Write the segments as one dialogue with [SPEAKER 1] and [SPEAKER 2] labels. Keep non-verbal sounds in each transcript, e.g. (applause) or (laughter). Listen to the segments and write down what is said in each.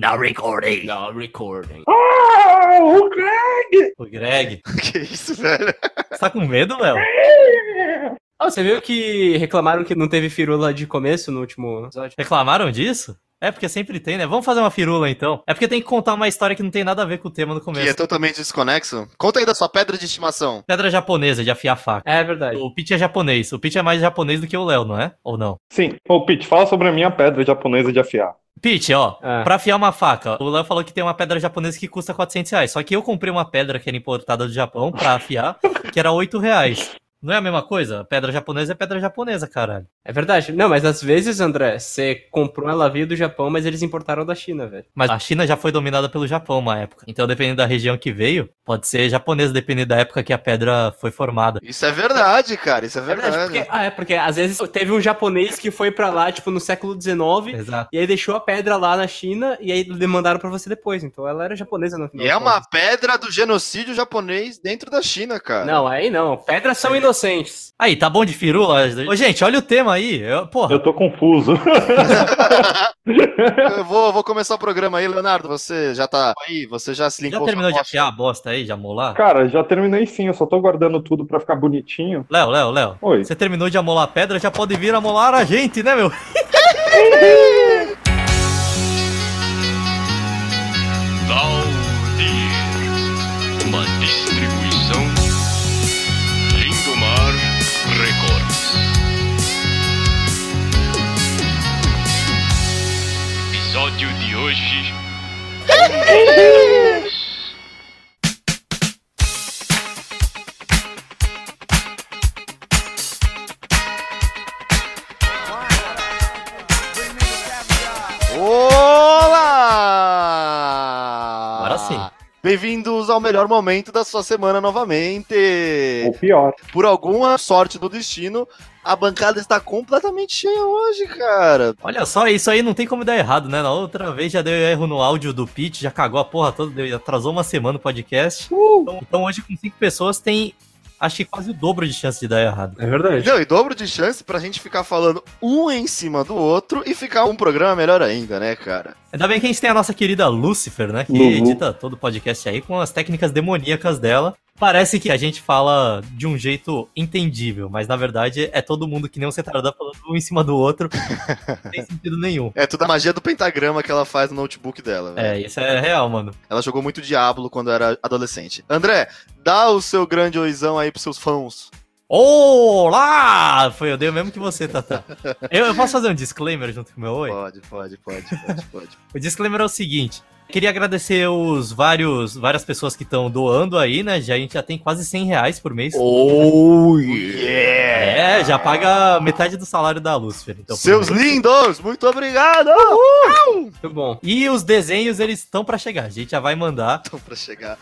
[SPEAKER 1] Now recording.
[SPEAKER 2] Não, recording.
[SPEAKER 3] Ah, o Greg!
[SPEAKER 2] O Greg.
[SPEAKER 4] Que isso, velho?
[SPEAKER 2] Você tá com medo, (laughs) Léo? Ah, você viu que reclamaram que não teve firula de começo no último episódio?
[SPEAKER 5] Reclamaram disso? É porque sempre tem, né? Vamos fazer uma firula então. É porque tem que contar uma história que não tem nada a ver com o tema no
[SPEAKER 4] Que é
[SPEAKER 5] começo.
[SPEAKER 4] totalmente desconexo. Conta aí da sua pedra de estimação.
[SPEAKER 5] Pedra japonesa de afiar faca.
[SPEAKER 2] É verdade.
[SPEAKER 5] O Pete é japonês. O Pete é mais japonês do que o Léo, não é? Ou não?
[SPEAKER 3] Sim, ô Pete, fala sobre a minha pedra japonesa de afiar.
[SPEAKER 5] Pete, ó,
[SPEAKER 2] Ah.
[SPEAKER 5] pra afiar uma faca, o Léo falou que tem uma pedra japonesa que custa 400 reais. Só que eu comprei uma pedra que era importada do Japão pra afiar, que era 8 reais. Não é a mesma coisa? Pedra japonesa é pedra japonesa, caralho.
[SPEAKER 2] É verdade. Não, mas às vezes, André, você comprou ela veio do Japão, mas eles importaram da China, velho.
[SPEAKER 5] Mas a China já foi dominada pelo Japão uma época. Então, dependendo da região que veio, pode ser japonesa, dependendo da época que a pedra foi formada.
[SPEAKER 4] Isso é verdade, cara. Isso é verdade.
[SPEAKER 2] porque, ah, é porque às vezes teve um japonês que foi pra lá, tipo, no século XIX,
[SPEAKER 5] Exato.
[SPEAKER 2] e aí deixou a pedra lá na China, e aí demandaram pra você depois. Então ela era japonesa no final.
[SPEAKER 4] E é
[SPEAKER 2] das
[SPEAKER 4] uma
[SPEAKER 2] contas.
[SPEAKER 4] pedra do genocídio japonês dentro da China, cara.
[SPEAKER 2] Não, aí não. Pedras são inocentes.
[SPEAKER 5] Aí, tá bom de firula? Ô, gente, olha o tema aí. Eu- porra,
[SPEAKER 3] Eu tô confuso. (laughs)
[SPEAKER 4] Eu vou, vou começar o programa aí, Leonardo. Você já tá aí? Você já se
[SPEAKER 5] já
[SPEAKER 4] limpou?
[SPEAKER 5] terminou de
[SPEAKER 4] sua
[SPEAKER 5] afiar a bosta aí, de amolar?
[SPEAKER 3] Cara, já terminei sim, eu só tô guardando tudo pra ficar bonitinho.
[SPEAKER 5] Léo, Léo, Léo.
[SPEAKER 3] Oi.
[SPEAKER 5] Você terminou de amolar a pedra, já pode vir amolar a gente, né, meu?
[SPEAKER 6] Valdir. Uma distribuição Lindomar Records. Episódio de hoje.
[SPEAKER 4] Olá!
[SPEAKER 5] Agora sim.
[SPEAKER 4] Bem-vindos ao melhor momento da sua semana novamente.
[SPEAKER 3] Ou pior.
[SPEAKER 4] Por alguma sorte do destino, a bancada está completamente cheia hoje, cara.
[SPEAKER 5] Olha só, isso aí não tem como dar errado, né? Na outra vez já deu erro no áudio do Pete, já cagou a porra toda, deu- atrasou uma semana o podcast. Então, então hoje com cinco pessoas tem, acho que quase o dobro de chance de dar errado.
[SPEAKER 2] É verdade.
[SPEAKER 4] Não, e dobro de chance pra gente ficar falando um em cima do outro e ficar um programa melhor ainda, né, cara?
[SPEAKER 5] Ainda bem que a gente tem a nossa querida Lucifer, né? Que
[SPEAKER 3] Lulu.
[SPEAKER 5] edita todo o podcast aí com as técnicas demoníacas dela. Parece que a gente fala de um jeito entendível, mas na verdade é todo mundo que nem um retardado falando um em cima do outro. Não tem sentido nenhum.
[SPEAKER 4] É tudo a magia do pentagrama que ela faz no notebook dela. velho.
[SPEAKER 5] É, isso é real, mano.
[SPEAKER 4] Ela jogou muito Diablo quando era adolescente. André, dá o seu grande oizão aí pros seus fãs.
[SPEAKER 5] Olá! Foi, eu dei o mesmo que você, Tata. Eu, eu posso fazer um disclaimer junto com o meu oi?
[SPEAKER 4] Pode, pode, pode, pode,
[SPEAKER 5] (laughs)
[SPEAKER 4] pode.
[SPEAKER 5] O disclaimer é o seguinte. Queria agradecer os vários, várias pessoas que estão doando aí, né? Já, a gente já tem quase 100 reais por mês.
[SPEAKER 4] Oh, yeah!
[SPEAKER 5] É, já paga metade do salário da Lucifer. Então,
[SPEAKER 4] Seus
[SPEAKER 5] por favor.
[SPEAKER 4] lindos, muito obrigado!
[SPEAKER 2] Muito bom.
[SPEAKER 5] E os desenhos, eles estão pra chegar. A gente já vai mandar.
[SPEAKER 4] Então, pra chegar.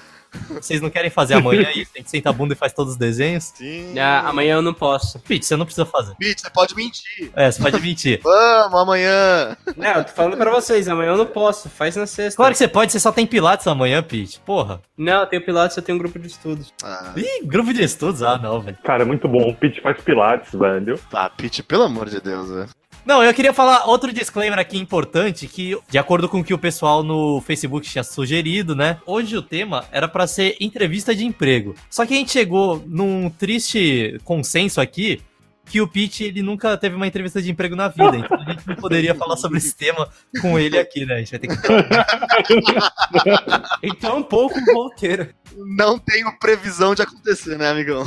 [SPEAKER 5] Vocês não querem fazer amanhã aí? Tem que sentar a bunda e faz todos os desenhos?
[SPEAKER 4] Sim.
[SPEAKER 2] Ah, amanhã eu não posso.
[SPEAKER 5] Pete, você não precisa fazer.
[SPEAKER 4] assim. Pete, você pode mentir.
[SPEAKER 5] É, você pode mentir.
[SPEAKER 4] Vamos, amanhã.
[SPEAKER 2] Não, eu tô falando pra vocês, amanhã eu não posso. Faz na sexta.
[SPEAKER 5] Claro que você pode, você só tem pilates amanhã, Pete. Porra.
[SPEAKER 2] Não, eu tenho pilates, eu tenho um grupo de estudos.
[SPEAKER 4] Ah,
[SPEAKER 5] Ih, grupo de estudos? Ah, não, velho.
[SPEAKER 3] Cara, é muito bom. O Pete faz pilates, velho.
[SPEAKER 4] tá, Pete, pelo amor de Deus, velho.
[SPEAKER 5] Não, eu queria falar outro disclaimer aqui importante, que de acordo com o que o pessoal no Facebook tinha sugerido, né? Hoje o tema era pra ser entrevista de emprego. Só que a gente chegou num triste consenso aqui que o Pete ele nunca teve uma entrevista de emprego na vida, então a gente não poderia falar sobre esse tema com ele aqui, né? A gente vai ter que
[SPEAKER 2] Então é um pouco volteiro.
[SPEAKER 4] Não tenho previsão de acontecer, né, amigão?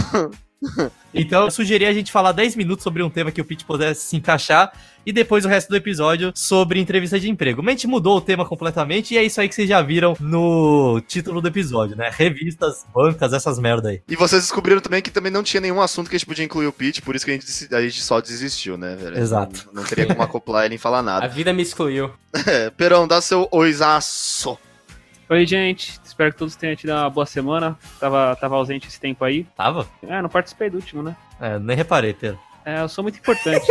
[SPEAKER 5] Então eu sugeri a gente falar 10 minutos sobre um tema que o Pete pudesse se encaixar e depois o resto do episódio sobre entrevista de emprego. Mas a gente mudou o tema completamente e é isso aí que vocês já viram no título do episódio, né? Revistas, bancas, essas merda aí.
[SPEAKER 4] E vocês descobriram também que também não tinha nenhum assunto que a gente podia incluir o Pete, por isso que a gente, deci- a gente só desistiu, né, velho?
[SPEAKER 5] Exato.
[SPEAKER 4] Não, não teria como acoplar ele em falar (laughs)
[SPEAKER 2] A
[SPEAKER 4] nada.
[SPEAKER 2] vida me excluiu.
[SPEAKER 4] É, Perão, dá seu oisaço.
[SPEAKER 7] Oi, gente. Espero que todos tenham tido uma boa semana. Tava, tava ausente esse tempo aí.
[SPEAKER 5] Tava?
[SPEAKER 7] É, não participei do último, né?
[SPEAKER 5] É, nem reparei, Pedro.
[SPEAKER 7] É, eu sou muito (laughs) importante.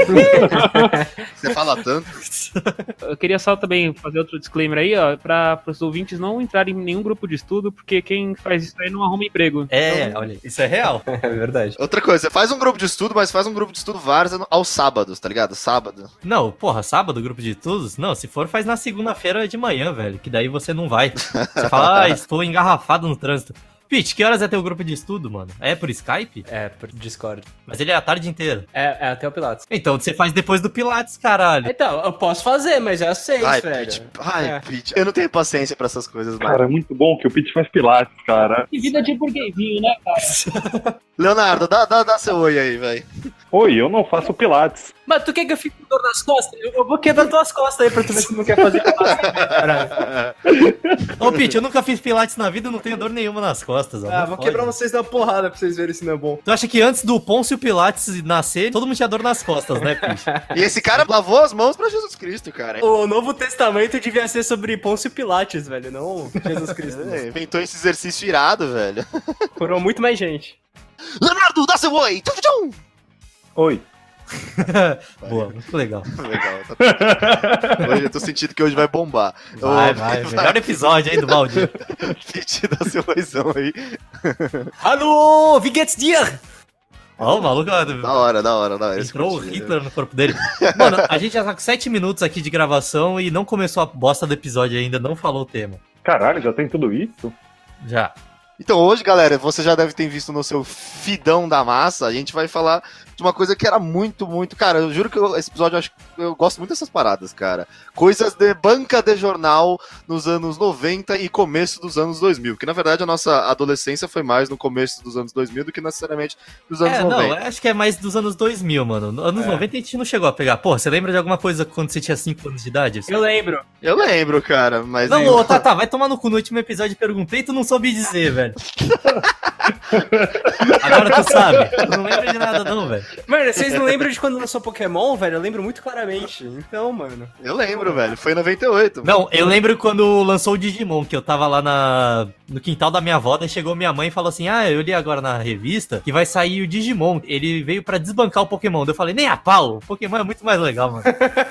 [SPEAKER 4] Você fala tanto. (laughs)
[SPEAKER 7] eu queria só também fazer outro disclaimer aí, ó, para os ouvintes não entrarem em nenhum grupo de estudo, porque quem faz isso aí não arruma emprego.
[SPEAKER 5] É, olha, aí, isso é real.
[SPEAKER 2] (laughs) É verdade.
[SPEAKER 4] Outra coisa, você faz um grupo de estudo, mas faz um grupo de estudo vários aos sábados, tá ligado? Sábado.
[SPEAKER 5] Não, porra, sábado, grupo de estudos? Não, se for, faz na segunda-feira de manhã, velho, que daí você não vai. Você fala, ah, estou engarrafado no trânsito. Pete, que horas é teu grupo de estudo, mano? É por Skype?
[SPEAKER 2] É, por Discord.
[SPEAKER 5] Mas ele é a tarde inteira.
[SPEAKER 2] É, é até o Pilates.
[SPEAKER 5] Então você faz depois do Pilates, caralho.
[SPEAKER 2] Então, eu posso fazer, mas é às seis,
[SPEAKER 4] Ai,
[SPEAKER 2] velho.
[SPEAKER 4] Pete. Ai,
[SPEAKER 2] É.
[SPEAKER 4] Pete. Eu não tenho paciência pra essas coisas, mais.
[SPEAKER 3] Cara, é muito bom que o Pete faz pilates, cara.
[SPEAKER 7] Que vida de burguesinho, né, cara?
[SPEAKER 4] Leonardo, dá, dá, dá seu oi aí, (laughs) velho.
[SPEAKER 3] Oi, eu não faço pilates.
[SPEAKER 2] Mas tu quer que eu fique com dor nas costas? Eu, eu vou quebrar tuas costas aí pra tu ver se tu não quer fazer Pilates. Caralho.
[SPEAKER 5] Ô, Pete, eu nunca fiz Pilates na vida, não tenho dor nenhuma nas costas.
[SPEAKER 2] (laughs)
[SPEAKER 5] ó.
[SPEAKER 2] Ah,
[SPEAKER 5] Não
[SPEAKER 2] vou
[SPEAKER 5] fode.
[SPEAKER 2] quebrar vocês na porrada pra vocês verem se não é bom.
[SPEAKER 5] Tu acha que antes do Pôncio Pilates nascer, todo mundo tinha dor nas costas, né,
[SPEAKER 4] (laughs)
[SPEAKER 5] Pete?
[SPEAKER 4] E esse cara lavou as mãos pra Jesus Cristo, cara.
[SPEAKER 2] O Novo Testamento devia ser sobre Pôncio Pilates, velho, não Jesus (laughs) Cristo.
[SPEAKER 4] É, Inventou esse exercício irado, velho.
[SPEAKER 2] Curou muito mais gente.
[SPEAKER 4] Leonardo, dá seu oi! Tchau, tchau,
[SPEAKER 3] Oi.
[SPEAKER 5] Boa, muito legal.
[SPEAKER 4] tchau! (laughs) Legal. tá- Hoje eu tô sentindo que hoje vai bombar.
[SPEAKER 5] Vai,
[SPEAKER 4] Ô,
[SPEAKER 5] vai. Melhor episódio aí do Baldi.
[SPEAKER 4] Pete, dá seu oizão aí.
[SPEAKER 5] Alô, wie geht's dir? Ó, o maluco
[SPEAKER 4] Da hora, da hora, da hora. Esse
[SPEAKER 5] entrou o
[SPEAKER 4] curti,
[SPEAKER 5] Hitler no corpo dele. Mano, a gente já tá com 7 minutos aqui de gravação e não começou a bosta do episódio ainda, não falou o tema.
[SPEAKER 3] Caralho, já tem tudo isso?
[SPEAKER 5] Já.
[SPEAKER 4] Então hoje, galera, você já deve ter visto no seu fidão da massa, a gente vai falar de uma coisa que era muito, muito. Cara, eu juro que eu- esse episódio eu, acho, eu gosto muito dessas paradas, cara. Coisas de banca de jornal nos anos 90 e começo dos anos 2000. Que na verdade a nossa adolescência foi mais no começo dos anos 2000 do que necessariamente dos anos É.
[SPEAKER 5] é,
[SPEAKER 4] 90.
[SPEAKER 5] não, acho que é mais dos anos 2000, mano. No- Anos 90 a gente não chegou a pegar. Porra, você lembra de alguma coisa quando você tinha 5 anos de idade? assim?
[SPEAKER 2] Eu lembro.
[SPEAKER 4] Eu lembro, cara, mas.
[SPEAKER 5] Não,
[SPEAKER 4] eu-
[SPEAKER 5] ô, tá, tá, vai tomar no cu. No último episódio eu perguntei e tu não soube dizer, velho. Agora tu sabe. Tu não lembra de nada, não, velho.
[SPEAKER 2] Mano, vocês não lembram de quando lançou Pokémon, velho? Eu lembro muito claramente. Então, mano.
[SPEAKER 4] eu lembro, velho. Foi em 98.
[SPEAKER 5] Não, eu lembro quando lançou o Digimon, que eu tava lá na, no quintal da minha avó, daí chegou minha mãe e falou assim: Ah, eu li agora na revista que vai sair o Digimon. Ele veio pra desbancar o Pokémon. Daí eu falei, nem a pau, o Pokémon é muito mais legal, mano.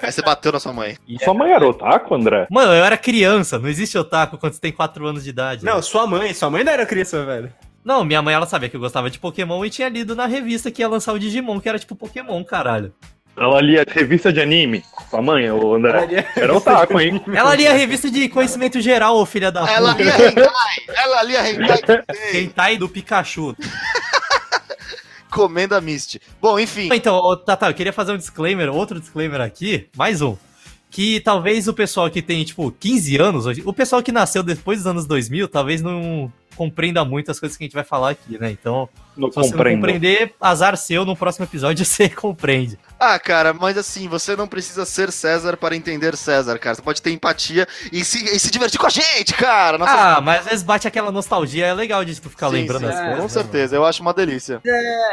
[SPEAKER 4] Aí você bateu na sua mãe.
[SPEAKER 3] Sua mãe era otaku, André?
[SPEAKER 5] mano, eu era criança, não existe otaku quando você tem 4 anos de idade.
[SPEAKER 2] Não, sua mãe, sua mãe não era criança, velho.
[SPEAKER 5] Não, minha mãe ela sabia que eu gostava de Pokémon e tinha lido na revista que ia lançar o Digimon, que era tipo Pokémon, caralho.
[SPEAKER 3] Ela lia revista de anime. Sua mãe, ô André.
[SPEAKER 5] É,
[SPEAKER 3] Era
[SPEAKER 5] (laughs)
[SPEAKER 3] otaku, hein?
[SPEAKER 5] Ela lia a revista de conhecimento geral, ô filha da
[SPEAKER 4] Ela
[SPEAKER 5] puta.
[SPEAKER 4] lia Hentai! Ela lia Hentai!
[SPEAKER 5] Hentai do Pikachu.
[SPEAKER 4] Comenda Mist. Bom, enfim.
[SPEAKER 5] Então, ô, Tata, eu queria fazer um disclaimer, outro disclaimer aqui, mais um. Que talvez o pessoal que tem, tipo, 15 anos hoje, o pessoal que nasceu depois dos anos 2000, talvez não compreenda muito as coisas que a gente vai falar aqui, né? Então,
[SPEAKER 3] Não
[SPEAKER 5] se você não
[SPEAKER 3] compreendo.
[SPEAKER 5] compreender, azar seu, no próximo episódio (laughs) você compreende.
[SPEAKER 4] Ah, cara, mas assim, você não precisa ser César para entender César, cara. Você pode ter empatia e se, e se divertir com a gente, cara. Nossa, (laughs)
[SPEAKER 5] Ah, mas às vezes bate aquela nostalgia, é legal de tu ficar
[SPEAKER 4] Sim,
[SPEAKER 5] lembrando
[SPEAKER 4] sim,
[SPEAKER 5] as
[SPEAKER 2] é,
[SPEAKER 5] coisas.
[SPEAKER 4] com
[SPEAKER 5] né,
[SPEAKER 4] certeza, eu acho uma delícia.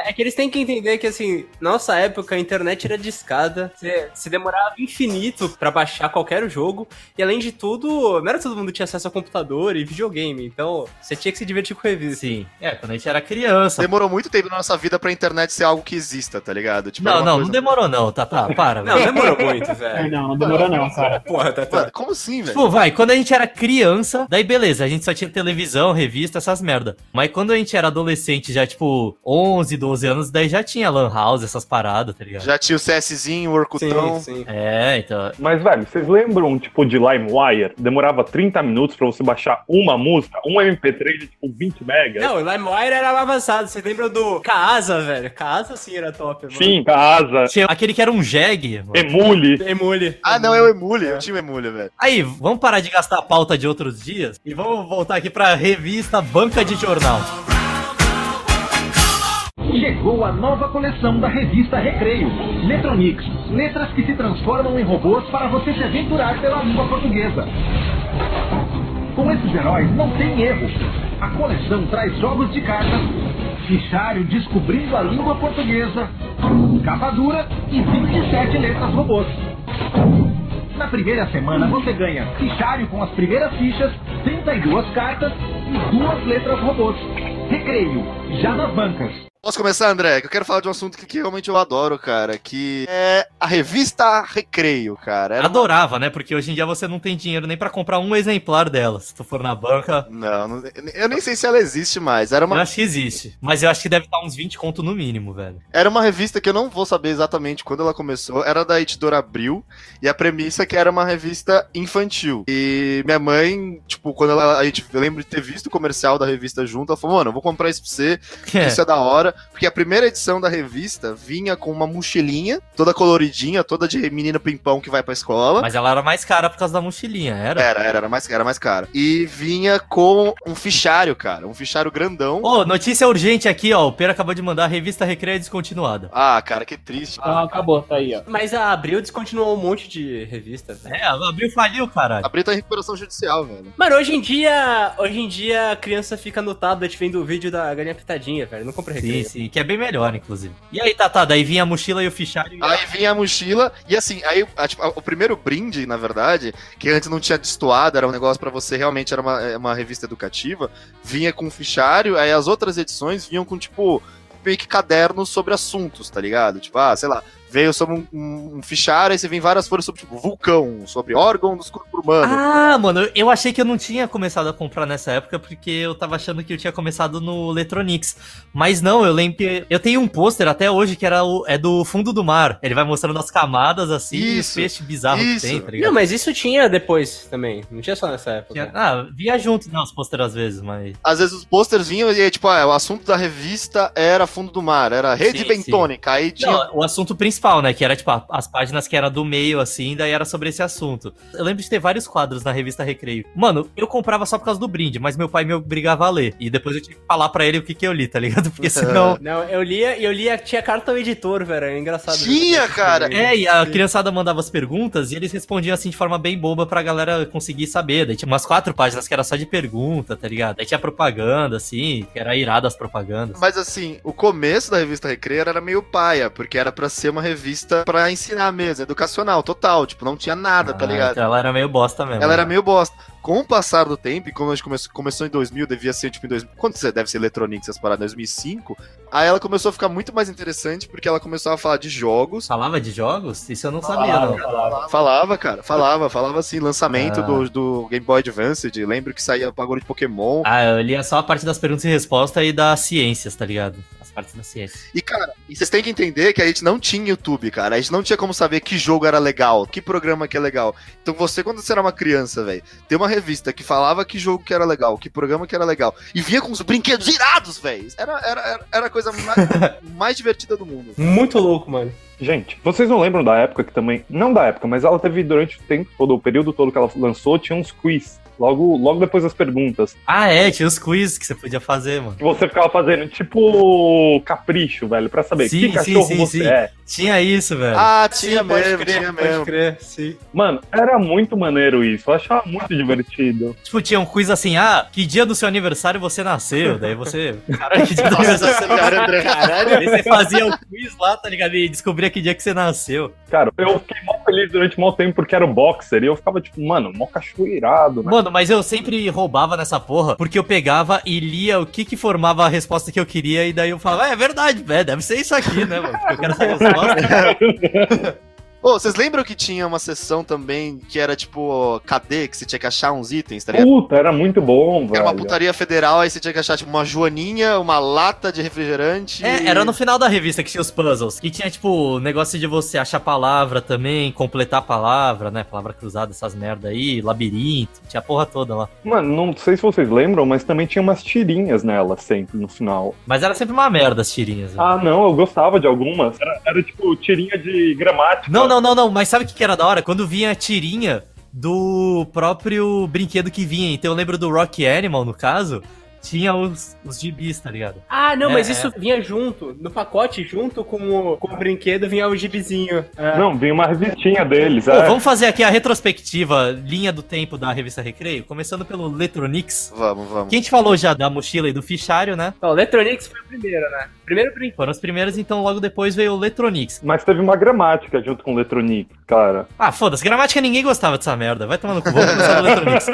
[SPEAKER 2] É que eles têm que entender que, assim, nossa época a internet era discada, você se demorava infinito pra baixar qualquer jogo, e além de tudo, não era todo mundo que tinha acesso a computador e videogame, então você tinha que se divertir com
[SPEAKER 5] mano?
[SPEAKER 2] revista.
[SPEAKER 5] Sim, é, quando a gente era criança.
[SPEAKER 4] Demorou muito tempo na nossa vida pra internet ser algo que exista, tá ligado? Tipo, era
[SPEAKER 5] Não,
[SPEAKER 4] uma
[SPEAKER 5] não,
[SPEAKER 4] coisa-
[SPEAKER 5] não demorou não, Tata,
[SPEAKER 4] (laughs)
[SPEAKER 5] para,
[SPEAKER 2] Não,
[SPEAKER 5] velho.
[SPEAKER 2] demorou muito, velho.
[SPEAKER 7] Não, não demorou não, cara.
[SPEAKER 2] Porra, tá,
[SPEAKER 4] Mano, como assim, velho?
[SPEAKER 5] Tipo, vai, quando a gente era criança, daí beleza, a gente só tinha televisão, revista, essas merda. Mas quando a gente era adolescente, já tipo 11, 12 anos, daí já tinha lan house, essas paradas, tá ligado?
[SPEAKER 4] Já tinha o CSzinho, o Orcutão.
[SPEAKER 2] sim.
[SPEAKER 5] É, então...
[SPEAKER 3] Mas, velho, vocês lembram, tipo, de LimeWire? Demorava 30 minutos pra você baixar uma música, um MP3 de, tipo, 20 megas?
[SPEAKER 2] Não, o LimeWire era avançado. Você lembra do Kaasa, velho? Kaasa sim era top, mano.
[SPEAKER 3] Sim, casa,
[SPEAKER 5] Tinha aquele que era um jegue, mano.
[SPEAKER 3] emule.
[SPEAKER 2] Emule.
[SPEAKER 4] Ah, não, é o Emule, eu tinha o Emule, velho.
[SPEAKER 5] Aí, vamos parar de gastar a pauta de outros dias e vamos voltar aqui pra revista Banca de Jornal.
[SPEAKER 1] Chegou a nova coleção da revista Recreio. Letronix, letras que se transformam em robôs para você se aventurar pela língua portuguesa. Com esses heróis não tem erro. A coleção traz jogos de cartas, fichário descobrindo a língua portuguesa, capa dura e 27 letras robôs. Na primeira semana você ganha fichário com as primeiras fichas, 32 cartas e duas letras robôs. Recreio, já nas bancas.
[SPEAKER 4] Posso começar, André? Que Eu quero falar de um assunto que, que realmente eu adoro, cara, que é a revista Recreio, cara. Era uma-
[SPEAKER 5] Adorava, né? Porque hoje em dia você não tem dinheiro nem pra comprar um exemplar dela. Se tu for na banca,
[SPEAKER 4] Não, não- eu nem sei se ela existe mais. Era
[SPEAKER 5] eu
[SPEAKER 4] uma,
[SPEAKER 5] acho que existe. Mas eu acho que deve estar uns 20 conto no mínimo, velho.
[SPEAKER 4] era uma revista que eu não vou saber exatamente quando ela começou. Era da editora Abril. E a premissa é que era uma revista infantil. E minha mãe, tipo, quando ela. A gente, eu lembro de ter visto o comercial da revista junto. Ela falou, mano, eu vou comprar isso pra você.
[SPEAKER 5] É.
[SPEAKER 4] Isso é da hora, porque a primeira edição da revista vinha com uma mochilinha, toda coloridinha, toda de menina pimpão que vai pra escola.
[SPEAKER 5] (laughs) Mas ela era mais cara por causa da mochilinha, era?
[SPEAKER 4] Era, era, era mais, era mais cara. E vinha com um fichário, cara. Um fichário grandão.
[SPEAKER 5] Ô, notícia urgente aqui, ó. O Pera acabou de mandar a revista Recreio Descontinuada.
[SPEAKER 4] Ah, cara, que triste.
[SPEAKER 7] Ah, acabou, tá aí, ó.
[SPEAKER 2] Mas a Abril descontinuou um monte de revista, velho.
[SPEAKER 5] É, abriu faliu, caralho.
[SPEAKER 4] A Brita é recuperação judicial, velho.
[SPEAKER 2] Mano, hoje em dia, hoje em dia a criança fica no tablet vendo o vídeo da galinha pitadinha, velho. Não compra
[SPEAKER 5] Sim,
[SPEAKER 2] recreio.
[SPEAKER 5] sim, que é bem melhor, inclusive. E aí, Tatá, daí vinha a mochila e o fichário. e-
[SPEAKER 4] Aí vinha a mochila, e assim, aí a- tipo, a- o primeiro brinde, na verdade, que antes não tinha destoado, era um negócio pra você, realmente era uma, é, uma revista educativa, vinha com um fichário, aí as outras edições vinham com, tipo, meio que cadernos sobre assuntos, tá ligado? Tipo, ah, sei lá, veio sobre um, um- um fichário, aí você vem várias folhas sobre, tipo, vulcão, sobre órgão dos corpos humanos.
[SPEAKER 5] Ah, mano, eu- eu achei que eu não tinha começado a comprar nessa época porque eu tava achando que eu tinha começado no Electronics. Mas não, eu lembro que eu tenho um pôster até hoje que era o, é do fundo do mar. Ele vai mostrando as camadas assim, e os
[SPEAKER 4] Isso,
[SPEAKER 5] peixes bizarros que
[SPEAKER 4] isso.
[SPEAKER 5] tem, tá ligado?
[SPEAKER 2] Não, mas isso tinha depois também. Não tinha só nessa época.
[SPEAKER 5] Tinha- Ah, via junto, não, os pôster às vezes, mas.
[SPEAKER 4] Às vezes os posters vinham e, tipo, ah, o assunto da revista era fundo do mar, era rede
[SPEAKER 5] Sim,
[SPEAKER 4] bentônica, aí tinha...
[SPEAKER 5] Não, é o assunto principal, né? Que era tipo a- as páginas que era do meio, assim, daí era sobre esse assunto. Eu lembro de ter vários quadros na revista Recreio. Mano, eu comprava só por causa do brinde, mas meu pai me obrigava a ler. E depois eu tinha que falar pra ele o que, que eu li, tá ligado? (laughs) Porque senão
[SPEAKER 4] (laughs)
[SPEAKER 2] Não, eu lia, eu lia, tinha carta ao editor, velho. É engraçado.
[SPEAKER 4] Tinha, cara!
[SPEAKER 5] É, e a criançada mandava as perguntas e eles respondiam assim de forma bem boba pra galera conseguir saber. Daí tinha umas quatro páginas que era só de pergunta, tá ligado? Daí tinha propaganda, assim, que era irada as propagandas.
[SPEAKER 4] Mas assim, o começo da revista Recreio era meio paia, porque era pra ser uma revista pra ensinar mesmo, educacional, total, tipo, não tinha nada, tá
[SPEAKER 5] Ah,
[SPEAKER 4] ligado?
[SPEAKER 5] então ela era meio bosta mesmo.
[SPEAKER 4] Ela era
[SPEAKER 5] né?
[SPEAKER 4] meio bosta. Com o passar do tempo, e quando a gente começou, começou em 2000, devia ser tipo em 2000, quando você deve ser Electronics, essas paradas, 2005, aí ela começou a ficar muito mais interessante, porque ela começou a falar de jogos,
[SPEAKER 5] Falava de jogos? Isso eu não sabia, não.
[SPEAKER 4] Falava, cara, falava, falava assim, lançamento
[SPEAKER 5] Ah.
[SPEAKER 4] do, do Game Boy Advance, lembro que saía bagulho de Pokémon,
[SPEAKER 5] Ah, eu lia só a parte das perguntas e respostas e das ciências, tá ligado? As partes da ciência.
[SPEAKER 4] E, cara, e vocês têm que entender que a gente não tinha YouTube, cara. A gente não tinha como saber que jogo era legal, que programa que é legal. Então você, quando você era uma criança, velho, tem uma revista que falava que jogo que era legal, que programa que era legal. E vinha com os brinquedos irados, velho. Era, era, era, era a coisa (laughs) mais, mais divertida do mundo.
[SPEAKER 2] Muito louco, mano.
[SPEAKER 3] Gente, vocês não lembram da época que também. Não da época, mas ela teve durante o tempo todo, o período todo que ela lançou, tinha uns quiz. Logo, logo depois das perguntas.
[SPEAKER 5] Ah, é, tinha os quiz que você podia fazer, mano.
[SPEAKER 3] Que você ficava fazendo tipo capricho, velho, pra saber
[SPEAKER 5] Sim,
[SPEAKER 3] que
[SPEAKER 5] sim,
[SPEAKER 3] cachorro
[SPEAKER 5] sim,
[SPEAKER 3] você
[SPEAKER 5] sim.
[SPEAKER 3] é.
[SPEAKER 5] Tinha isso, velho.
[SPEAKER 4] Ah, tinha mesmo, tinha
[SPEAKER 2] pode
[SPEAKER 4] mesmo.
[SPEAKER 2] crer, sim.
[SPEAKER 3] Mano, era muito maneiro isso. Eu achava muito divertido.
[SPEAKER 5] Tipo, tinha um quiz assim, ah, que dia do seu aniversário você nasceu? Daí você. Caralho, que dia do
[SPEAKER 4] Nossa
[SPEAKER 5] aniversário.
[SPEAKER 4] senhora, André. Caralho.
[SPEAKER 5] Aí você fazia o quiz lá, tá ligado? E descobria que dia que você nasceu.
[SPEAKER 3] Cara, eu fiquei mó feliz durante mó tempo porque era o boxer. E eu ficava tipo, mano, mó cachoeirado, né?
[SPEAKER 5] Mano, mas eu sempre roubava nessa porra, porque eu pegava e lia o que que formava a resposta que eu queria, e daí eu falava, "Ah, é verdade, velho, deve ser isso aqui, né, mano? Porque eu quero essa resposta.
[SPEAKER 4] Ô, vocês lembram que tinha uma sessão também que era tipo cadê, que você tinha que achar uns itens, tá ligado?
[SPEAKER 5] né?
[SPEAKER 3] Puta, era muito bom,
[SPEAKER 4] Era
[SPEAKER 3] velho.
[SPEAKER 4] uma putaria federal, aí você tinha que achar, tipo, uma joaninha, uma lata de refrigerante.
[SPEAKER 5] É, era no final da revista que tinha os puzzles, que tinha, tipo, o negócio de você achar palavra também, completar a palavra, né? Palavra cruzada, essas merda aí, labirinto, tinha a porra toda lá.
[SPEAKER 3] Mano, não sei se vocês lembram, mas também tinha umas tirinhas nela sempre no final.
[SPEAKER 5] Mas era sempre uma merda as tirinhas. né?
[SPEAKER 3] Ah, não, eu gostava de algumas. Era, era tipo tirinha de gramática.
[SPEAKER 5] Não, não, não, não. Mas sabe o que que era da hora? Quando vinha a tirinha do próprio brinquedo que vinha. Então eu lembro do Rock Animal, no caso. Tinha os, os gibis, tá ligado?
[SPEAKER 2] Ah, não, mas
[SPEAKER 5] É.
[SPEAKER 2] isso vinha junto. No pacote, junto com o, com o brinquedo, vinha o gibizinho. É.
[SPEAKER 3] Não, vinha uma revistinha deles.
[SPEAKER 5] Pô,
[SPEAKER 3] é.
[SPEAKER 5] vamos fazer aqui a retrospectiva, linha do tempo da revista Recreio, começando pelo Letronix.
[SPEAKER 4] Vamos, vamos.
[SPEAKER 5] Que a gente falou já da mochila e do fichário, né?
[SPEAKER 2] Então, Electronics foi o primeiro, né? Primeiro brinquedo.
[SPEAKER 5] Foram os primeiros, então logo depois veio o Letronix.
[SPEAKER 3] Mas teve uma gramática junto com o Letronic, cara.
[SPEAKER 5] Ah, foda-se, gramática ninguém gostava dessa merda. Vai tomando cu, vamos começar do Letronix.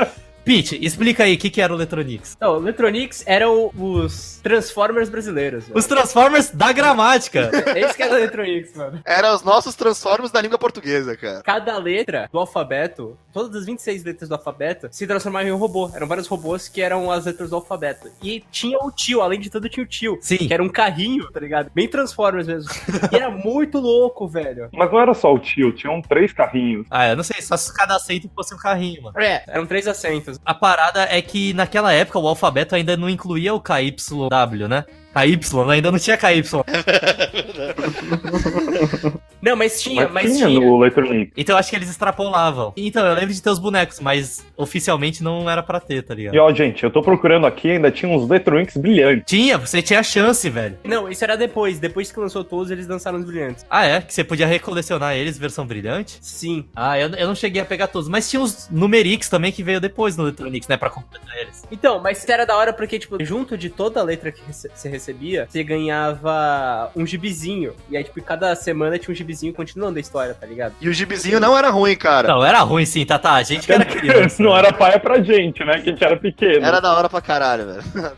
[SPEAKER 5] Pete, explica aí o que, que era o Letronix.
[SPEAKER 2] Então, o Electronics eram os Transformers brasileiros. velho.
[SPEAKER 5] Os Transformers da gramática.
[SPEAKER 2] É isso que era o Electronics, mano.
[SPEAKER 4] Era os nossos Transformers da língua portuguesa, cara.
[SPEAKER 2] Cada letra do alfabeto, todas as 26 letras do alfabeto, se transformavam em um robô. Eram vários robôs que eram as letras do alfabeto. E tinha o tio, além de tudo, tinha o tio.
[SPEAKER 5] Sim.
[SPEAKER 2] Que era um carrinho, tá ligado? Bem Transformers mesmo. E era muito louco, velho.
[SPEAKER 3] Mas não era só o tio, tinham três carrinhos.
[SPEAKER 5] Ah, eu não sei, só se cada aceito fosse um carrinho, mano.
[SPEAKER 2] É, eram três assentos.
[SPEAKER 5] A parada é que naquela época o alfabeto ainda não incluía o KYW, né? KY, né? ainda não tinha KY.
[SPEAKER 2] Não, mas tinha,
[SPEAKER 3] mas,
[SPEAKER 2] mas,
[SPEAKER 3] tinha,
[SPEAKER 2] tinha.
[SPEAKER 3] no Electronic.
[SPEAKER 5] Então eu acho que eles extrapolavam. Então, eu lembro de ter os bonecos, mas oficialmente não era pra ter, tá ligado?
[SPEAKER 3] E ó, gente, eu tô procurando aqui, ainda tinha uns Electronics brilhantes.
[SPEAKER 5] Tinha, você tinha chance, velho.
[SPEAKER 2] Não, isso era depois. Depois que lançou todos, eles dançaram os brilhantes.
[SPEAKER 5] Ah, é? Que você podia recolecionar eles, versão brilhante?
[SPEAKER 2] Sim.
[SPEAKER 5] Ah, eu, eu não cheguei a pegar todos. Mas tinha os Numerix também que veio depois no Electronics, né? Pra completar eles.
[SPEAKER 2] Então, mas era da hora porque, tipo, junto de toda a letra que rece- você recebia, você ganhava um gibizinho. E aí, tipo, cada semana tinha um gibizinho continuando a história, tá ligado?
[SPEAKER 4] E o gibizinho não era ruim, cara.
[SPEAKER 5] Não, era ruim sim, tá, tá. A gente
[SPEAKER 2] (laughs)
[SPEAKER 5] que era criança.
[SPEAKER 3] (laughs)
[SPEAKER 5] né?
[SPEAKER 3] não era paia pra gente, né? Que a gente era pequeno.
[SPEAKER 4] Era da hora pra caralho, velho.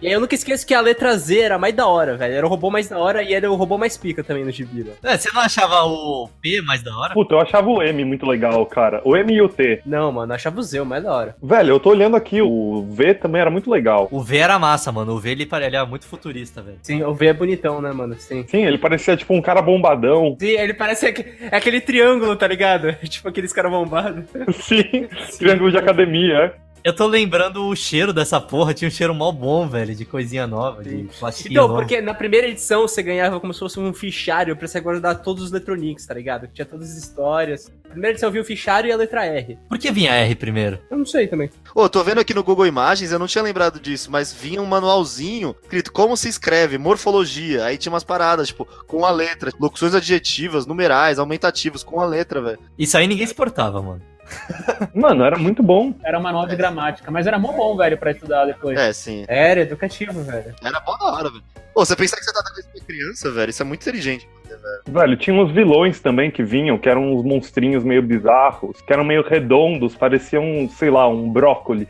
[SPEAKER 2] E aí eu nunca esqueço que a letra Z era mais da hora, velho. Era o robô mais da hora e era o robô mais pica também no gibi, né?
[SPEAKER 5] É, você não achava o P mais da hora?
[SPEAKER 3] Puta, eu achava o M muito legal, cara. O M e o T.
[SPEAKER 2] Não, mano, eu achava o Z o mais da hora.
[SPEAKER 3] Velho, eu tô olhando aqui, o V também era muito legal.
[SPEAKER 5] O V era massa, mano. O V ele, pare- ele era muito futurista, velho.
[SPEAKER 2] Sim, o V é bonitão, né, mano? Sim.
[SPEAKER 3] Sim, ele parecia tipo um cara bombadão. (laughs)
[SPEAKER 2] Sim, ele parece aque- é aquele triângulo, tá ligado? (laughs) tipo aqueles caras bombados.
[SPEAKER 3] Sim, triângulo de academia.
[SPEAKER 5] Eu tô lembrando o cheiro dessa porra. Tinha um cheiro mó bom, velho, de coisinha nova,
[SPEAKER 2] Sim.
[SPEAKER 5] de plastiquinho
[SPEAKER 2] Então,
[SPEAKER 5] novo.
[SPEAKER 2] porque na primeira edição você ganhava como se fosse um fichário pra você guardar todos os Letronics, tá ligado? Tinha todas as histórias. Na primeira edição vinha o fichário e a letra R.
[SPEAKER 5] Por que vinha R primeiro?
[SPEAKER 2] Eu não sei também.
[SPEAKER 4] Ô, tô vendo aqui no Google Imagens, eu não tinha lembrado disso, mas vinha um manualzinho escrito como se escreve, morfologia. Aí tinha umas paradas, tipo, com a letra, locuções adjetivas, numerais, aumentativos, com a letra, velho.
[SPEAKER 5] Isso aí ninguém se portava, mano. (laughs)
[SPEAKER 3] Mano, era muito bom.
[SPEAKER 7] Era uma nova de gramática, mas era mó bom, velho, pra estudar depois.
[SPEAKER 4] É, sim.
[SPEAKER 2] Era educativo, velho.
[SPEAKER 4] Era mó da hora, velho. Pô, você pensar que você tá dando isso pra criança, velho, isso é muito inteligente.
[SPEAKER 3] Velho, tinha uns vilões também que vinham, que eram uns monstrinhos meio bizarros, que eram meio redondos, pareciam, sei lá, um brócolis.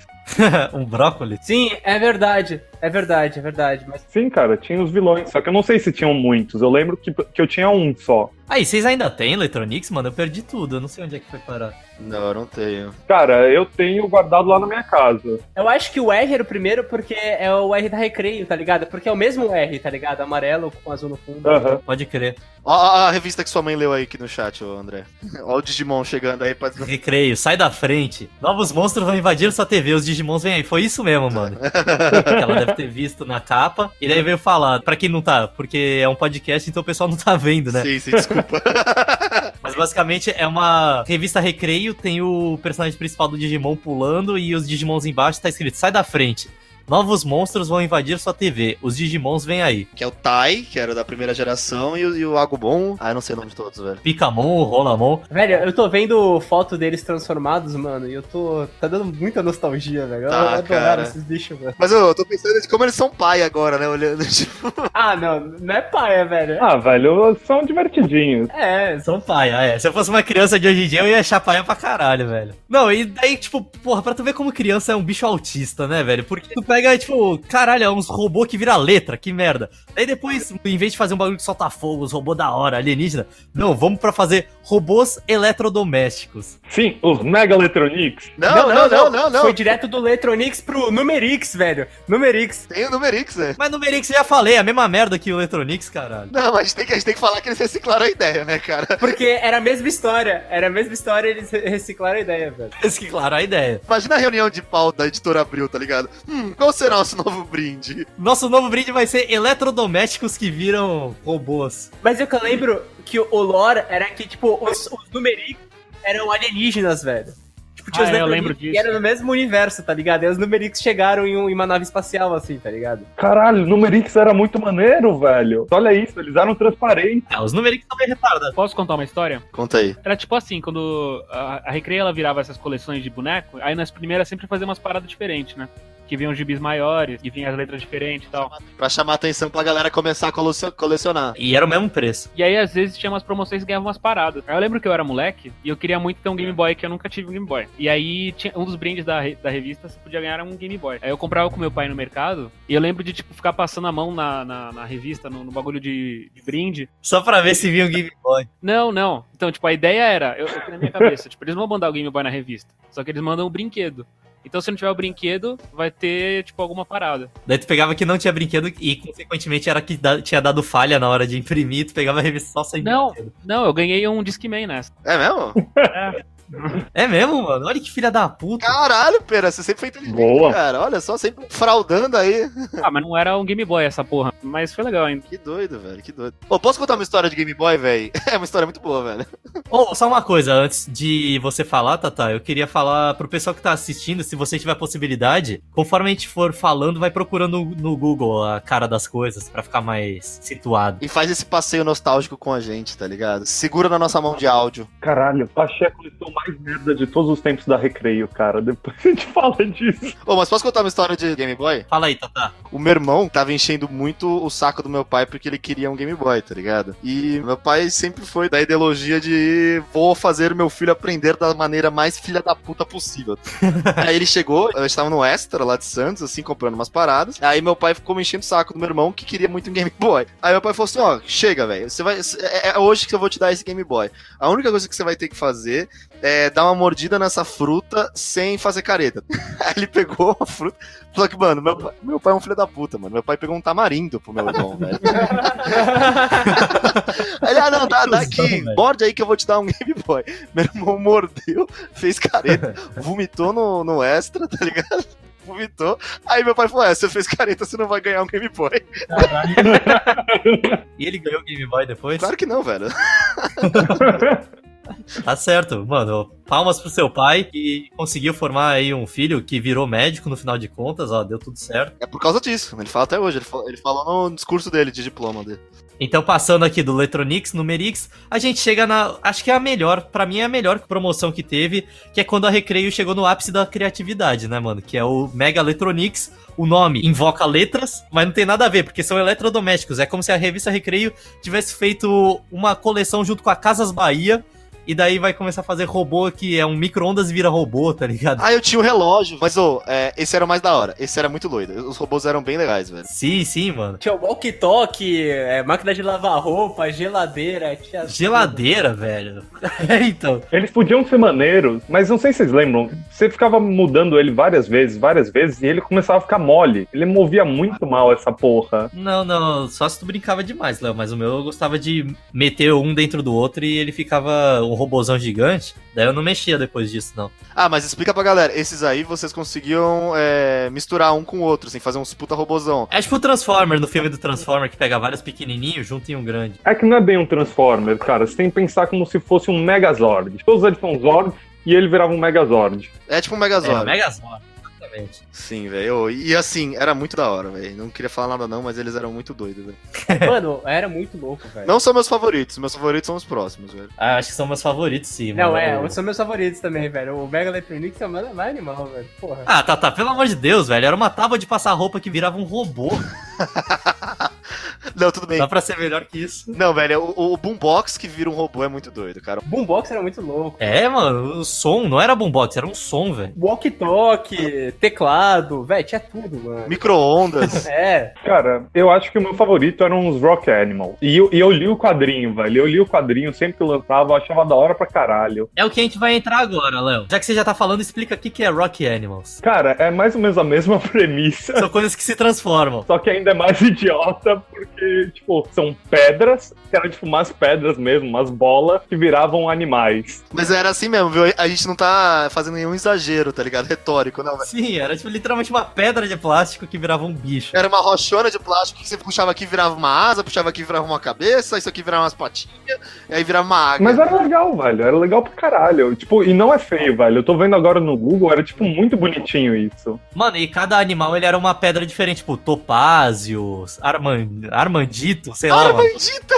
[SPEAKER 5] um brócolis.
[SPEAKER 2] Sim, é verdade. É verdade, é verdade. Mas
[SPEAKER 3] Sim, cara, tinha os vilões, só que eu não sei se tinham muitos. Eu lembro que, que eu tinha um só.
[SPEAKER 5] Aí, vocês ainda têm Electronics, mano? Eu perdi tudo, eu não sei onde é que foi parar.
[SPEAKER 4] Não, eu não tenho.
[SPEAKER 3] Cara, eu tenho guardado lá na minha casa.
[SPEAKER 2] eu acho que o R era o primeiro porque é o R da Recreio, tá ligado? Porque é o mesmo R, tá ligado? Amarelo com azul no fundo.
[SPEAKER 3] Aham.
[SPEAKER 5] Pode crer.
[SPEAKER 4] Ó, ó, ó a revista que sua mãe leu aí aqui no chat, ô André. (laughs) Ó o Digimon chegando aí pra...
[SPEAKER 5] Recreio, sai da frente. Novos monstros vão invadir sua TV, os Digimons vêm aí. Foi isso mesmo, mano. Que Ela deve ter visto na capa. E daí veio falar, pra quem não tá, porque é um podcast, então o pessoal não tá vendo, né?
[SPEAKER 4] Sim, sim, desculpa.
[SPEAKER 5] Mas basicamente é uma revista Recreio, tem o personagem principal do Digimon pulando e os Digimons embaixo tá escrito, sai da frente. Novos monstros vão invadir sua TV, os Digimons vêm aí.
[SPEAKER 4] (laughs) que é o Tai, que era da primeira geração, e o, e o Agumon. Ah, eu não sei o nome de todos, velho.
[SPEAKER 5] Picamon, Rolamon,
[SPEAKER 2] Velho, eu tô vendo foto deles transformados, mano, e eu tô. Tá dando muita nostalgia, velho. eu
[SPEAKER 4] Tá,
[SPEAKER 2] adorava
[SPEAKER 4] cara.
[SPEAKER 2] esses bichos, velho.
[SPEAKER 4] Mas eu tô pensando de como eles são pai agora, né? Olhando, (laughs) tipo,
[SPEAKER 2] Ah, não, não é paia, velho.
[SPEAKER 3] Ah, velho, são divertidinhos.
[SPEAKER 2] É,
[SPEAKER 5] São paia, é. Se eu fosse uma criança de hoje em dia, eu ia achar paia pra caralho, velho. Não, e daí, tipo, porra, pra tu ver como criança é um bicho autista, né, velho? Porque tu pega, tipo, caralho, é uns robô que vira letra, que merda. Daí depois, em vez de fazer um bagulho que solta fogo, os robôs da hora, alienígena, não, vamos pra fazer robôs eletrodomésticos.
[SPEAKER 3] Sim, os Mega Electronics.
[SPEAKER 4] não, não, não, não, não.
[SPEAKER 2] Foi direto do Letronix pro Numerix, velho. Numerix.
[SPEAKER 4] Tem o Numerix, né?
[SPEAKER 5] Mas no Merix eu já falei, é a mesma merda que o Electronics, caralho. (laughs)
[SPEAKER 4] Não, mas tem que, a gente tem que falar que eles reciclaram a ideia, né, cara?
[SPEAKER 2] Porque era a mesma história. Era a mesma história eles re- reciclaram a ideia, velho.
[SPEAKER 5] Mas que, claro, a ideia.
[SPEAKER 4] Imagina a reunião de pau da editora Abril, tá ligado? Hum, qual será o nosso novo brinde?
[SPEAKER 5] Nosso novo brinde vai ser eletrodomésticos que viram robôs.
[SPEAKER 2] Mas eu que eu lembro que o lore era que, tipo, os, os Numerix eram alienígenas, velho. Tipo,
[SPEAKER 7] Ah, é, eu
[SPEAKER 2] Letronics
[SPEAKER 7] lembro disso.
[SPEAKER 2] E era no mesmo universo, tá ligado? E os Numerix chegaram em, um- em uma nave espacial, assim, tá ligado?
[SPEAKER 3] Caralho, o Numerix era muito maneiro, velho. Olha isso, eles eram transparentes.
[SPEAKER 5] É, os Numerix também retardados.
[SPEAKER 7] Posso contar uma história?
[SPEAKER 4] Conta aí.
[SPEAKER 7] Era tipo assim, quando a, a Recreio ela virava essas coleções de boneco, aí nas primeiras sempre fazia umas paradas diferentes, né? que vinham os gibis maiores, e vinham as letras diferentes e tal.
[SPEAKER 4] Pra chamar atenção pra galera começar a cole- colecionar.
[SPEAKER 5] E era o mesmo preço.
[SPEAKER 7] E aí, às vezes, tinha umas promoções e ganhava umas paradas. Aí eu lembro que eu era moleque e eu queria muito ter um Game Boy, que eu nunca tive um Game Boy. E aí, tinha um dos brindes da, re- da revista, você podia ganhar um Game Boy. Aí eu comprava com meu pai no mercado e eu lembro de, tipo, ficar passando a mão na, na, na revista, no, no bagulho de, de brinde.
[SPEAKER 5] Só pra ver se vinha um Game Boy.
[SPEAKER 7] Não, não. Então, tipo, a ideia era, eu, eu na minha cabeça, (laughs) tipo, eles não vão mandar o Game Boy na revista, só que eles mandam um brinquedo. Então, se não tiver o brinquedo, vai ter, tipo, alguma parada.
[SPEAKER 5] Daí tu pegava que não tinha brinquedo e, consequentemente, era que da- tinha dado falha na hora de imprimir, tu pegava a revista só sem
[SPEAKER 7] Não.
[SPEAKER 5] brinquedo.
[SPEAKER 7] Não, eu ganhei um Discman nessa.
[SPEAKER 4] É mesmo?
[SPEAKER 5] É mesmo, mano? Olha que filha da puta.
[SPEAKER 4] Caralho, Pera, você sempre foi inteligente,
[SPEAKER 3] Boa.
[SPEAKER 4] cara. Olha só, sempre fraudando aí.
[SPEAKER 7] Ah, mas não era um Game Boy essa porra. Mas foi legal ainda.
[SPEAKER 4] Que doido, velho, que doido. Ô, posso contar uma história de Game Boy, velho? (laughs) É uma história muito boa, velho.
[SPEAKER 5] Ô, só uma coisa, antes de você falar, Tata, eu queria falar pro pessoal que tá assistindo, se você tiver possibilidade, conforme a gente for falando, vai procurando no Google a cara das coisas pra ficar mais situado.
[SPEAKER 4] E faz esse passeio nostálgico com a gente, tá ligado? Segura na nossa mão de áudio.
[SPEAKER 3] Caralho, achei a coleção mais merda de todos os tempos da Recreio, cara. Depois a gente fala disso. (laughs)
[SPEAKER 4] Ô, mas posso contar uma história de Game Boy?
[SPEAKER 5] Fala aí, Tata.
[SPEAKER 4] O meu irmão tava enchendo muito o saco do meu pai porque ele queria um Game Boy, tá ligado? E meu pai sempre foi da ideologia de vou fazer meu filho aprender da maneira mais filha da puta possível. aí ele chegou, a gente tava no Extra lá de Santos, assim, comprando umas paradas. Aí meu pai ficou me enchendo o saco do meu irmão que queria muito um Game Boy. Aí meu pai falou assim: ó, chega, velho, você vai. É é hoje que eu vou te dar esse Game Boy. A única coisa que você vai ter que fazer é dar uma mordida nessa fruta sem fazer careta. (laughs) Aí ele pegou a fruta. Só que, mano, meu pai, meu pai é um filho da puta, mano. Meu pai pegou um tamarindo pro meu irmão, velho. Aí ele, ah, não, dá, dá aqui,
[SPEAKER 5] velho.
[SPEAKER 4] morde aí que eu vou te dar um Game Boy. Meu irmão mordeu, fez careta, vomitou no, no extra, tá ligado? Vomitou. Aí meu pai falou: É, você fez careta, você não vai ganhar um Game Boy.
[SPEAKER 5] E ele ganhou o Game Boy depois?
[SPEAKER 4] Claro que não, velho.
[SPEAKER 5] Tá certo, mano. Palmas pro seu pai que conseguiu formar aí um filho que virou médico no final de contas, ó, deu tudo certo.
[SPEAKER 4] É por causa disso. Ele fala até hoje, ele falou, ele falou no discurso dele, de diploma dele.
[SPEAKER 5] Então, passando aqui do Letronix, Numerix, a gente chega na. Acho que é a melhor, pra mim é a melhor promoção que teve, que é quando a Recreio chegou no ápice da criatividade, né, mano? Que é o Mega Letronix. O nome invoca letras, mas não tem nada a ver, porque são eletrodomésticos. É como se a revista Recreio tivesse feito uma coleção junto com a Casas Bahia. E daí vai começar a fazer robô que é um micro-ondas e vira robô, tá ligado?
[SPEAKER 4] Ah, eu tinha o relógio. Mas, ô, é, esse era o mais da hora. Esse era muito doido. Os robôs eram bem legais, velho.
[SPEAKER 5] Sim, sim, mano.
[SPEAKER 2] Tinha walkie-talkie, é, máquina de lavar roupa, geladeira. Tinha...
[SPEAKER 5] Geladeira, velho. (laughs) É, então.
[SPEAKER 3] Eles podiam ser maneiros, mas não sei se vocês lembram. Você ficava mudando ele várias vezes, várias vezes, e ele começava a ficar mole. Ele movia muito mal essa porra.
[SPEAKER 5] Não, não, só se tu brincava demais, Léo, mas o meu eu gostava de meter um dentro do outro e ele ficava um robozão gigante. Daí eu não mexia depois disso, não.
[SPEAKER 4] Ah, mas explica pra galera, esses aí vocês conseguiam é, misturar um com o outro, assim, fazer uns puta robozão.
[SPEAKER 5] É tipo o Transformer, no filme do Transformer, que pega vários pequenininhos junto em um grande.
[SPEAKER 3] É que não é bem um Transformer, cara. Você tem que pensar como se fosse um Megazord. Todos eles são Zord e ele virava um Megazord.
[SPEAKER 4] É tipo um
[SPEAKER 5] É, o
[SPEAKER 4] Megazord.
[SPEAKER 5] Megazord, exatamente.
[SPEAKER 4] Sim, velho. E assim, era muito da hora, velho. Não queria falar nada não, mas eles eram muito doidos, velho.
[SPEAKER 2] Mano, era muito louco, velho.
[SPEAKER 4] Não são meus favoritos, meus favoritos são os próximos, velho.
[SPEAKER 5] Ah, acho que são meus favoritos, sim.
[SPEAKER 2] Não,
[SPEAKER 5] mano.
[SPEAKER 2] é, são meus favoritos também, velho. O Mega Electronics é o mais mais animal, velho. Porra.
[SPEAKER 5] Ah, tá, tá, pelo amor de Deus, velho. Era uma tábua de passar roupa que virava um robô.
[SPEAKER 4] Não, tudo bem.
[SPEAKER 5] Dá pra ser melhor que isso.
[SPEAKER 4] Não, velho, o, o Boombox que vira um robô é muito doido, cara.
[SPEAKER 2] Boombox era muito louco.
[SPEAKER 5] É, mano, o som não era boombox, era um som, velho.
[SPEAKER 2] Walkie-talkie, teclado, velho, tinha tudo, mano.
[SPEAKER 4] (laughs) Micro-ondas.
[SPEAKER 2] É,
[SPEAKER 3] Cara, eu acho que o meu favorito eram os Rock Animal. E eu, e eu li o quadrinho, velho. Eu li o quadrinho sempre que eu lançava, eu achava da hora pra caralho.
[SPEAKER 5] É o que a gente vai entrar agora, Léo. Já que você já tá falando, explica o que que é Rock Animals.
[SPEAKER 3] Cara, é mais ou menos a mesma (laughs) premissa.
[SPEAKER 5] São coisas que se transformam.
[SPEAKER 3] Só que ainda é mais (laughs) idiota, porque, tipo, são pedras, que eram tipo umas pedras mesmo, umas bolas que viravam animais.
[SPEAKER 4] mas era assim mesmo, viu? A gente não tá fazendo nenhum exagero, tá ligado? Retórico, não, velho.
[SPEAKER 5] Sim, era tipo literalmente uma pedra de plástico que virava um bicho.
[SPEAKER 4] Era uma rochona de plástico que você puxava aqui, virava uma asa, puxava aqui, virava uma cabeça, isso aqui virava umas patinhas, e aí virava uma águia.
[SPEAKER 3] Mas era legal, velho. Era legal pra caralho. Tipo, e não é feio, velho. Eu tô vendo agora no Google, era tipo muito bonitinho isso.
[SPEAKER 5] Mano, e cada animal ele era uma pedra diferente, tipo topázio, arman... armandito, sei lá. mano.
[SPEAKER 4] Armandita!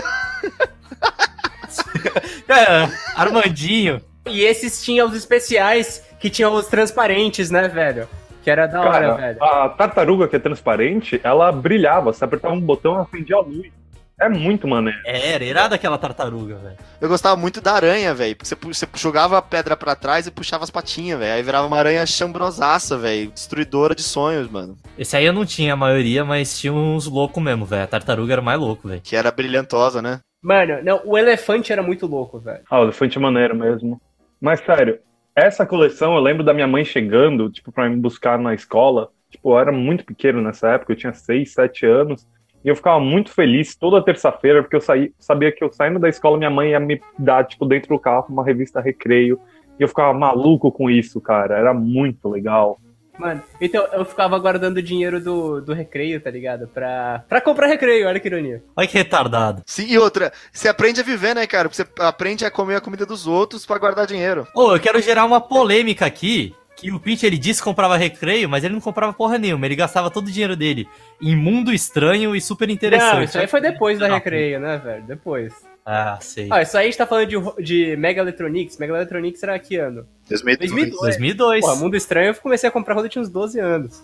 [SPEAKER 5] É, armandinho.
[SPEAKER 2] e esses tinham os especiais que tinham os transparentes, né, velho? que era da hora,
[SPEAKER 3] Cara,
[SPEAKER 2] velho.
[SPEAKER 3] a tartaruga que é transparente, ela brilhava. Você apertava um botão, ela acendia a luz. É muito maneiro.
[SPEAKER 5] Era, era daquela tartaruga, velho.
[SPEAKER 4] Eu gostava muito da aranha, velho. Porque você, pu- você jogava a pedra pra trás e puxava as patinhas, velho. Aí virava uma aranha chambrosaça, velho. Destruidora de sonhos, mano.
[SPEAKER 5] Esse aí eu não tinha a maioria, mas tinha uns loucos mesmo, velho. A tartaruga era mais louco, velho.
[SPEAKER 4] Que era brilhantosa, né?
[SPEAKER 2] Mano, não, o elefante era muito louco, velho.
[SPEAKER 3] Ah, o elefante é maneiro mesmo. Mas sério, essa coleção eu lembro da minha mãe chegando, tipo, pra me buscar na escola. Tipo, eu era muito pequeno nessa época, eu tinha 6, 7 anos. E eu ficava muito feliz toda terça-feira, porque eu saí, sabia que eu saindo da escola, minha mãe ia me dar, tipo, dentro do carro uma revista Recreio. E eu ficava maluco com isso, cara. Era muito legal.
[SPEAKER 2] Mano, então eu ficava guardando o dinheiro do, do recreio, tá ligado? Pra, pra comprar recreio, olha que ironia.
[SPEAKER 5] Olha que retardado.
[SPEAKER 4] Sim, e outra, você aprende a viver, né, cara? Porque Você aprende a comer a comida dos outros pra guardar dinheiro.
[SPEAKER 5] Ô, eu quero gerar uma polêmica aqui. Que o Pete, ele disse que comprava recreio, mas ele não comprava porra nenhuma. Ele gastava todo o dinheiro dele em mundo estranho e super interessante.
[SPEAKER 2] Não, isso aí foi depois da
[SPEAKER 5] Não.
[SPEAKER 2] recreio, né, velho? Depois.
[SPEAKER 5] Ah, sei.
[SPEAKER 2] Ah, isso aí a gente tá falando de, ro- de Mega Electronics. Mega Electronics era que ano?
[SPEAKER 4] 2002.
[SPEAKER 2] 2002.
[SPEAKER 5] 2002.
[SPEAKER 2] Porra, Mundo Estranho eu comecei a comprar quando eu tinha uns 12 anos.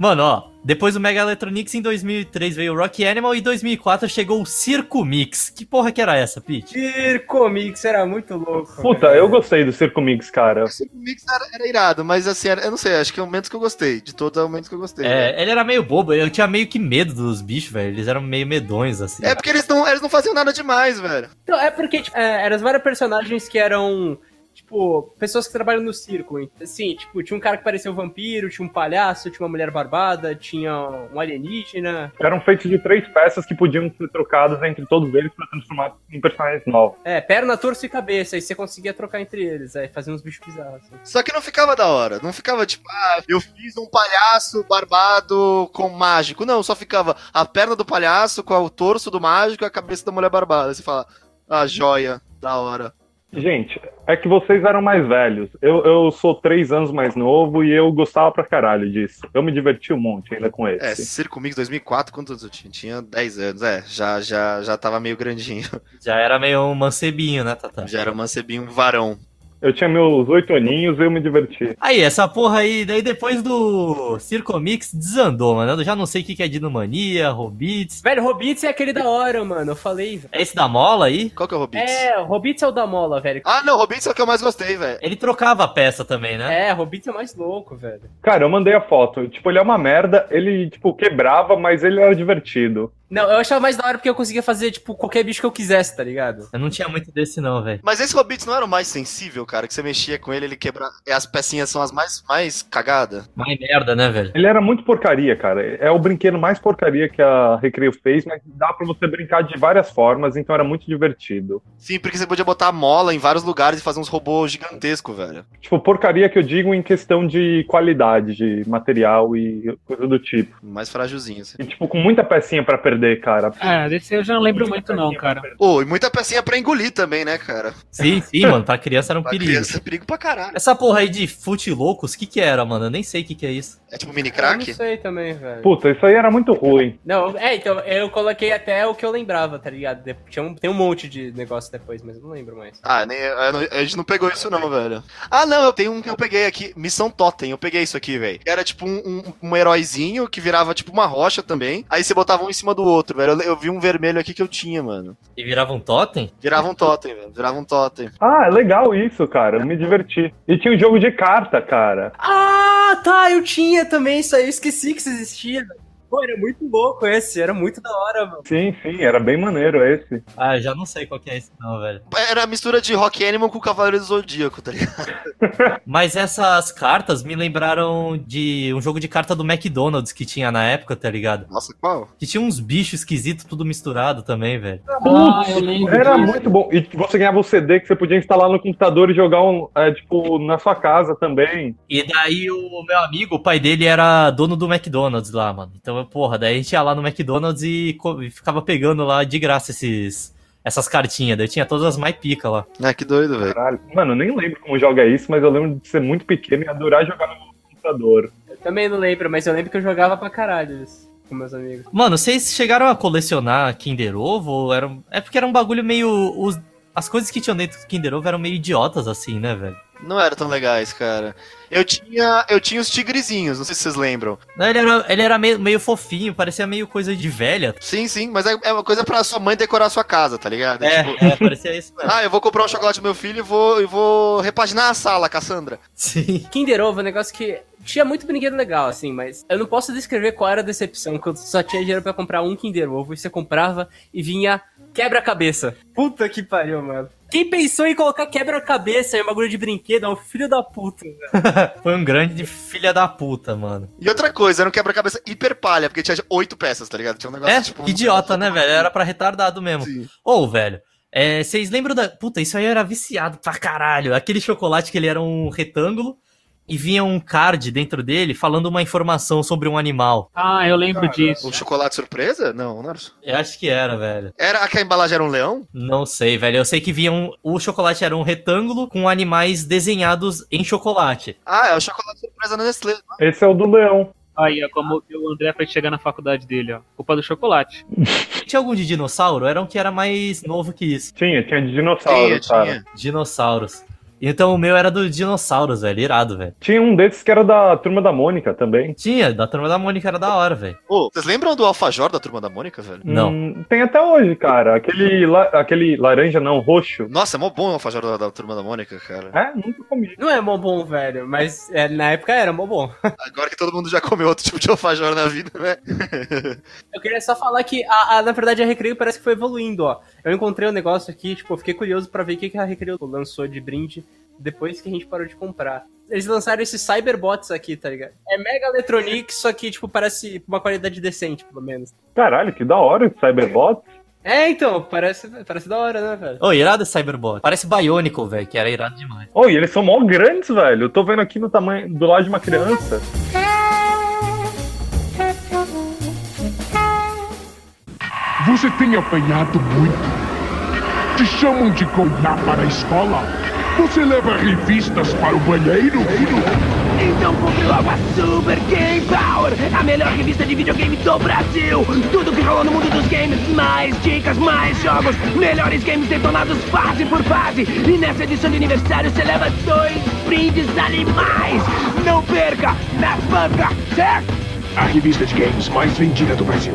[SPEAKER 5] Mano, ó, depois do Mega Electronics em 2003 veio o Rock Animal e em 2004 chegou o Circo Mix. Que porra que era essa, Pete?
[SPEAKER 2] Circomix era muito louco.
[SPEAKER 3] Puta,
[SPEAKER 2] velho.
[SPEAKER 3] eu gostei do Circo Mix, cara.
[SPEAKER 4] Assim, O mix era, era irado, mas assim, era- eu não sei, acho que é o menos que eu gostei. De todos, é o menos que eu gostei. velho.
[SPEAKER 5] É, ele era meio bobo, eu tinha meio que medo dos bichos, velho. Eles eram meio medonhos, assim.
[SPEAKER 4] É porque eles não, eles não faziam nada demais, velho.
[SPEAKER 2] Então, é porque, tipo, é, eram vários personagens que eram, tipo, pessoas que trabalham no circo. Assim, tipo, tinha um cara que parecia um vampiro, tinha um palhaço, tinha uma mulher barbada, tinha um alienígena.
[SPEAKER 3] Eram feitos de três peças que podiam ser trocadas entre todos eles pra transformar em personagens novos.
[SPEAKER 2] É, perna, torso e cabeça. Aí você conseguia trocar entre eles, aí fazia uns bichos bizarros. assim.
[SPEAKER 4] Só que não ficava da hora. Não ficava tipo, ah, eu fiz um palhaço barbado com mágico. Não, só ficava a perna do palhaço com o torso do mágico e a cabeça da mulher barbada. Aí Você fala, ah, joia, da hora.
[SPEAKER 3] Gente, é que vocês eram mais velhos. Eu, eu sou três anos mais novo e eu gostava pra caralho disso. Eu me diverti um monte ainda com
[SPEAKER 4] É,
[SPEAKER 3] esse.
[SPEAKER 4] Circo Mix 2004, quantos anos eu tinha? Tinha 10 anos, é, já, já, já tava meio grandinho.
[SPEAKER 5] Já era meio um mancebinho, né, Tata?
[SPEAKER 4] Já era mancebinho, um varão.
[SPEAKER 3] Eu tinha meus oito aninhos e eu me diverti.
[SPEAKER 5] Aí, essa porra aí, daí depois do Circo Mix desandou, mano. Eu já não sei o que que é Dinomania, Robits.
[SPEAKER 2] Velho, Robitz é aquele da hora, mano. Eu falei, velho.
[SPEAKER 5] É esse da mola aí?
[SPEAKER 4] Qual que é o Robix?
[SPEAKER 2] É, Robitz é o da mola, velho.
[SPEAKER 4] Ah, não, o Robix é o que eu mais gostei, velho.
[SPEAKER 5] Ele trocava a peça também, né?
[SPEAKER 2] É, Robitz é o mais louco, velho.
[SPEAKER 3] Cara, eu mandei a foto. Tipo, ele é uma merda, ele, tipo, quebrava, mas ele era divertido.
[SPEAKER 2] Não, eu achava mais da hora porque eu conseguia fazer, tipo, qualquer bicho que eu quisesse, tá ligado?
[SPEAKER 5] Eu não tinha muito desse não, velho.
[SPEAKER 4] Mas esse Robix não era o mais sensível, cara, que você mexia com ele, ele quebra. e As pecinhas são as mais, mais cagadas.
[SPEAKER 5] Mais merda, né, velho?
[SPEAKER 3] Ele era muito porcaria, cara. É o brinquedo mais porcaria que a Recreio fez, mas dá pra você brincar de várias formas, então era muito divertido.
[SPEAKER 4] Sim, porque você podia botar a mola em vários lugares e fazer uns robôs gigantescos, velho.
[SPEAKER 3] Tipo, porcaria que eu digo em questão de qualidade de material e coisa do tipo.
[SPEAKER 4] Mais frágilzinho, assim.
[SPEAKER 3] E, tipo, com muita pecinha pra perder, cara.
[SPEAKER 7] Ah, desse eu já não lembro muito não, cara.
[SPEAKER 2] É.
[SPEAKER 4] Ô, e muita pecinha pra engolir também, né, cara?
[SPEAKER 5] Sim, sim, mano. Pra criança era um
[SPEAKER 4] Pra
[SPEAKER 5] perigo.
[SPEAKER 4] criança é perigo pra caralho.
[SPEAKER 5] Essa porra aí de fute loucos, que que era, mano? Eu nem sei o que que é isso.
[SPEAKER 4] É tipo mini
[SPEAKER 2] Eu não
[SPEAKER 4] crack?
[SPEAKER 2] sei também, velho.
[SPEAKER 3] Puta, isso aí era muito ruim.
[SPEAKER 2] Não, é, então, eu coloquei até o que eu lembrava, tá ligado? De- Tinha um, tem um monte de negócio depois, mas eu não lembro mais.
[SPEAKER 4] Ah, nem, eu não- a gente não pegou isso não, velho. Ah, não, eu tenho um que eu peguei aqui, Missão Totem, eu peguei isso aqui, velho. Era tipo um, um, um heróizinho que virava tipo uma rocha também, aí você botava um em cima do outro, velho. Eu, eu vi um vermelho aqui que eu tinha, mano.
[SPEAKER 5] E virava um totem?
[SPEAKER 4] Virava um totem, velho, virava um totem.
[SPEAKER 3] Ah, é legal isso, cara. Eu me diverti. E tinha um jogo de carta, cara.
[SPEAKER 2] Ah, tá, eu tinha também isso aí, eu esqueci que isso existia. Pô, era muito louco esse, era muito da hora, mano.
[SPEAKER 3] Sim, sim, era bem maneiro esse.
[SPEAKER 5] Ah, eu já não sei qual que é esse não, velho.
[SPEAKER 4] Era a mistura de Rock Animal com Cavaleiro do Zodíaco, tá ligado?
[SPEAKER 5] Mas essas cartas me lembraram de um jogo de carta do McDonald's que tinha na época, tá ligado?
[SPEAKER 4] Nossa, qual?
[SPEAKER 5] Que tinha uns bichos esquisitos tudo misturado também, velho.
[SPEAKER 7] Ah, eu lembro.
[SPEAKER 3] Era
[SPEAKER 7] disso.
[SPEAKER 3] muito bom. E você ganhava um CD que você podia instalar no computador e jogar, um, é, tipo, na sua casa também.
[SPEAKER 5] E daí o meu amigo, o pai dele era dono do McDonald's lá, mano. Então, eu, porra, daí a gente ia lá no McDonald's e, co- e ficava pegando lá de graça esses essas cartinhas. Daí tinha todas as mais pica lá.
[SPEAKER 4] Ah, que doido, velho.
[SPEAKER 3] Caralho. Mano, eu nem lembro como joga isso, mas eu lembro de ser muito pequeno e adorar jogar no computador.
[SPEAKER 2] Eu também não lembro, mas eu lembro que eu jogava pra caralho isso com meus amigos.
[SPEAKER 5] Mano, vocês chegaram a colecionar Kinder Ovo? Ou era... um- É porque era um bagulho meio... os- As coisas que tinham dentro do Kinder Ovo eram meio idiotas assim, né, velho?
[SPEAKER 4] Não eram tão legais, cara. Eu tinha, eu tinha os tigrezinhos, não sei se vocês lembram.
[SPEAKER 5] Não, ele era, ele era meio, meio fofinho, parecia meio coisa de velha. tá?
[SPEAKER 4] Sim, sim, mas é, é uma coisa pra sua mãe decorar a sua casa, tá ligado?
[SPEAKER 5] É,
[SPEAKER 4] tipo,
[SPEAKER 5] é, parecia isso
[SPEAKER 4] (laughs)
[SPEAKER 5] mesmo.
[SPEAKER 4] ah, eu vou comprar um chocolate pro meu filho e vou, e vou repaginar a sala, Cassandra.
[SPEAKER 5] Sim.
[SPEAKER 2] Kinder Ovo é um negócio que tinha muito brinquedo legal, assim, mas eu não posso descrever qual era a decepção, quando só tinha dinheiro pra comprar um Kinder Ovo e você comprava e vinha quebra-cabeça. Puta que pariu, mano. Quem pensou em colocar quebra-cabeça em uma agulha de brinquedo é um filho da puta. né?
[SPEAKER 5] Foi um grande filha da puta, mano.
[SPEAKER 4] E outra coisa, era um quebra-cabeça hiper palha, porque tinha oito peças, tá ligado? Tinha um negócio
[SPEAKER 5] É,
[SPEAKER 4] tipo.
[SPEAKER 5] que idiota, né, velho? Era pra retardado mesmo.
[SPEAKER 4] Sim.
[SPEAKER 5] Ô, velho, é, vocês lembram da. Puta, isso aí eu era viciado pra caralho. Aquele chocolate que ele era um retângulo e vinha um card dentro dele falando uma informação sobre um animal.
[SPEAKER 7] Ah, eu lembro disso.
[SPEAKER 4] O um chocolate surpresa? Não, não era.
[SPEAKER 5] Eu acho que era, velho.
[SPEAKER 4] Era a que a embalagem era um leão?
[SPEAKER 5] Não sei, velho. Eu sei que vinha um. O chocolate era um retângulo com animais desenhados em chocolate.
[SPEAKER 4] Ah, é o chocolate surpresa na Nestlé.
[SPEAKER 3] Esse é o do leão.
[SPEAKER 7] Aí, ó, como o André foi chegar na faculdade dele, ó. Culpa do chocolate.
[SPEAKER 5] Tinha algum de dinossauro? Era um que era mais novo que isso.
[SPEAKER 3] Tinha, tinha de
[SPEAKER 4] Tinha,
[SPEAKER 3] dinossauro, cara.
[SPEAKER 4] tinha.
[SPEAKER 5] Dinossauros. Então o meu era do dinossauros, velho. Irado, velho.
[SPEAKER 3] Tinha um desses que era da turma da Mônica também.
[SPEAKER 5] Tinha, da turma da Mônica era da hora, velho.
[SPEAKER 4] Ô, vocês lembram do Alfajor da turma da Mônica, velho?
[SPEAKER 5] Não.
[SPEAKER 3] Hum, tem até hoje, cara. Aquele, la- aquele laranja não, roxo.
[SPEAKER 4] Nossa, é mó bom o Alfajor da, da turma da Mônica, cara.
[SPEAKER 3] É, nunca comi.
[SPEAKER 2] Não é mó bom, velho, mas é, na época era mó bom.
[SPEAKER 4] Agora que todo mundo já comeu outro tipo de alfajor na vida, né?
[SPEAKER 2] Eu queria só falar que, a, a- na verdade, a Recreio parece que foi evoluindo, ó. Eu encontrei um negócio aqui, tipo, eu fiquei curioso pra ver o que, que a Recreio lançou de brinde depois que a gente parou de comprar. Eles lançaram esses Cyberbots aqui, tá ligado? É Mega Electronics, só que, tipo, parece uma qualidade decente, pelo menos.
[SPEAKER 3] Caralho, que da hora o Cyberbot.
[SPEAKER 2] É, então, parece, parece da hora, né, velho?
[SPEAKER 5] Ô, irado esse Cyberbot. Parece Bionicle, velho, que era irado demais.
[SPEAKER 3] Oh, e eles são mó grandes, velho. Eu tô vendo aqui no tamanho do lado de uma criança.
[SPEAKER 8] Você tem apanhado muito. Te chamam de contar para a escola. Você leva revistas para o banheiro.
[SPEAKER 9] Então compre logo a Super Game Power, a melhor revista de videogame do Brasil. Tudo que rolou no mundo dos games, mais dicas, mais jogos, melhores games detonados fase por fase. E nessa edição de aniversário você leva dois brindes animais. Não perca, na banca, certo?
[SPEAKER 8] A revista de games mais vendida do Brasil.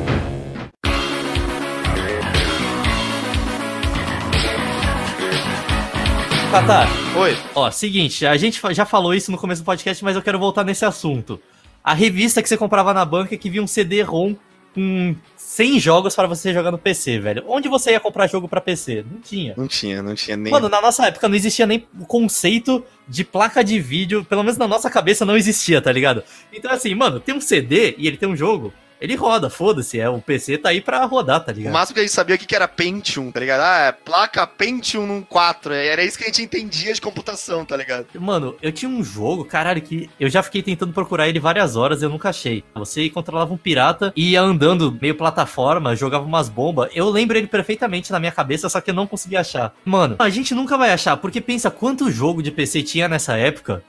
[SPEAKER 5] Catar,
[SPEAKER 4] Oi.
[SPEAKER 5] ó, seguinte, a gente fa- já falou isso no começo do podcast, mas eu quero voltar nesse assunto. A revista que você comprava na banca que vinha um CD-ROM com 100 jogos para você jogar no PC, velho. Onde você ia comprar jogo pra PC? Não tinha.
[SPEAKER 4] Não tinha, não tinha nem.
[SPEAKER 5] Mano, na nossa época não existia nem o conceito de placa de vídeo, pelo menos na nossa cabeça não existia, tá ligado? Então assim, mano, tem um CD e ele tem um jogo, ele roda, foda-se, é, o PC tá aí pra rodar, tá
[SPEAKER 4] o
[SPEAKER 5] ligado?
[SPEAKER 4] máximo que a gente sabia o que que era Pentium, tá ligado? Ah, é placa Pentium num 4. Era isso que a gente entendia de computação, tá ligado?
[SPEAKER 5] Mano, eu tinha um jogo, caralho, que eu já fiquei tentando procurar ele várias horas e eu nunca achei. Você controlava um pirata e ia andando meio plataforma, jogava umas bombas. Eu lembro ele perfeitamente na minha cabeça, só que eu não conseguia achar. Mano, a gente nunca vai achar, porque pensa quanto jogo de PC tinha nessa época.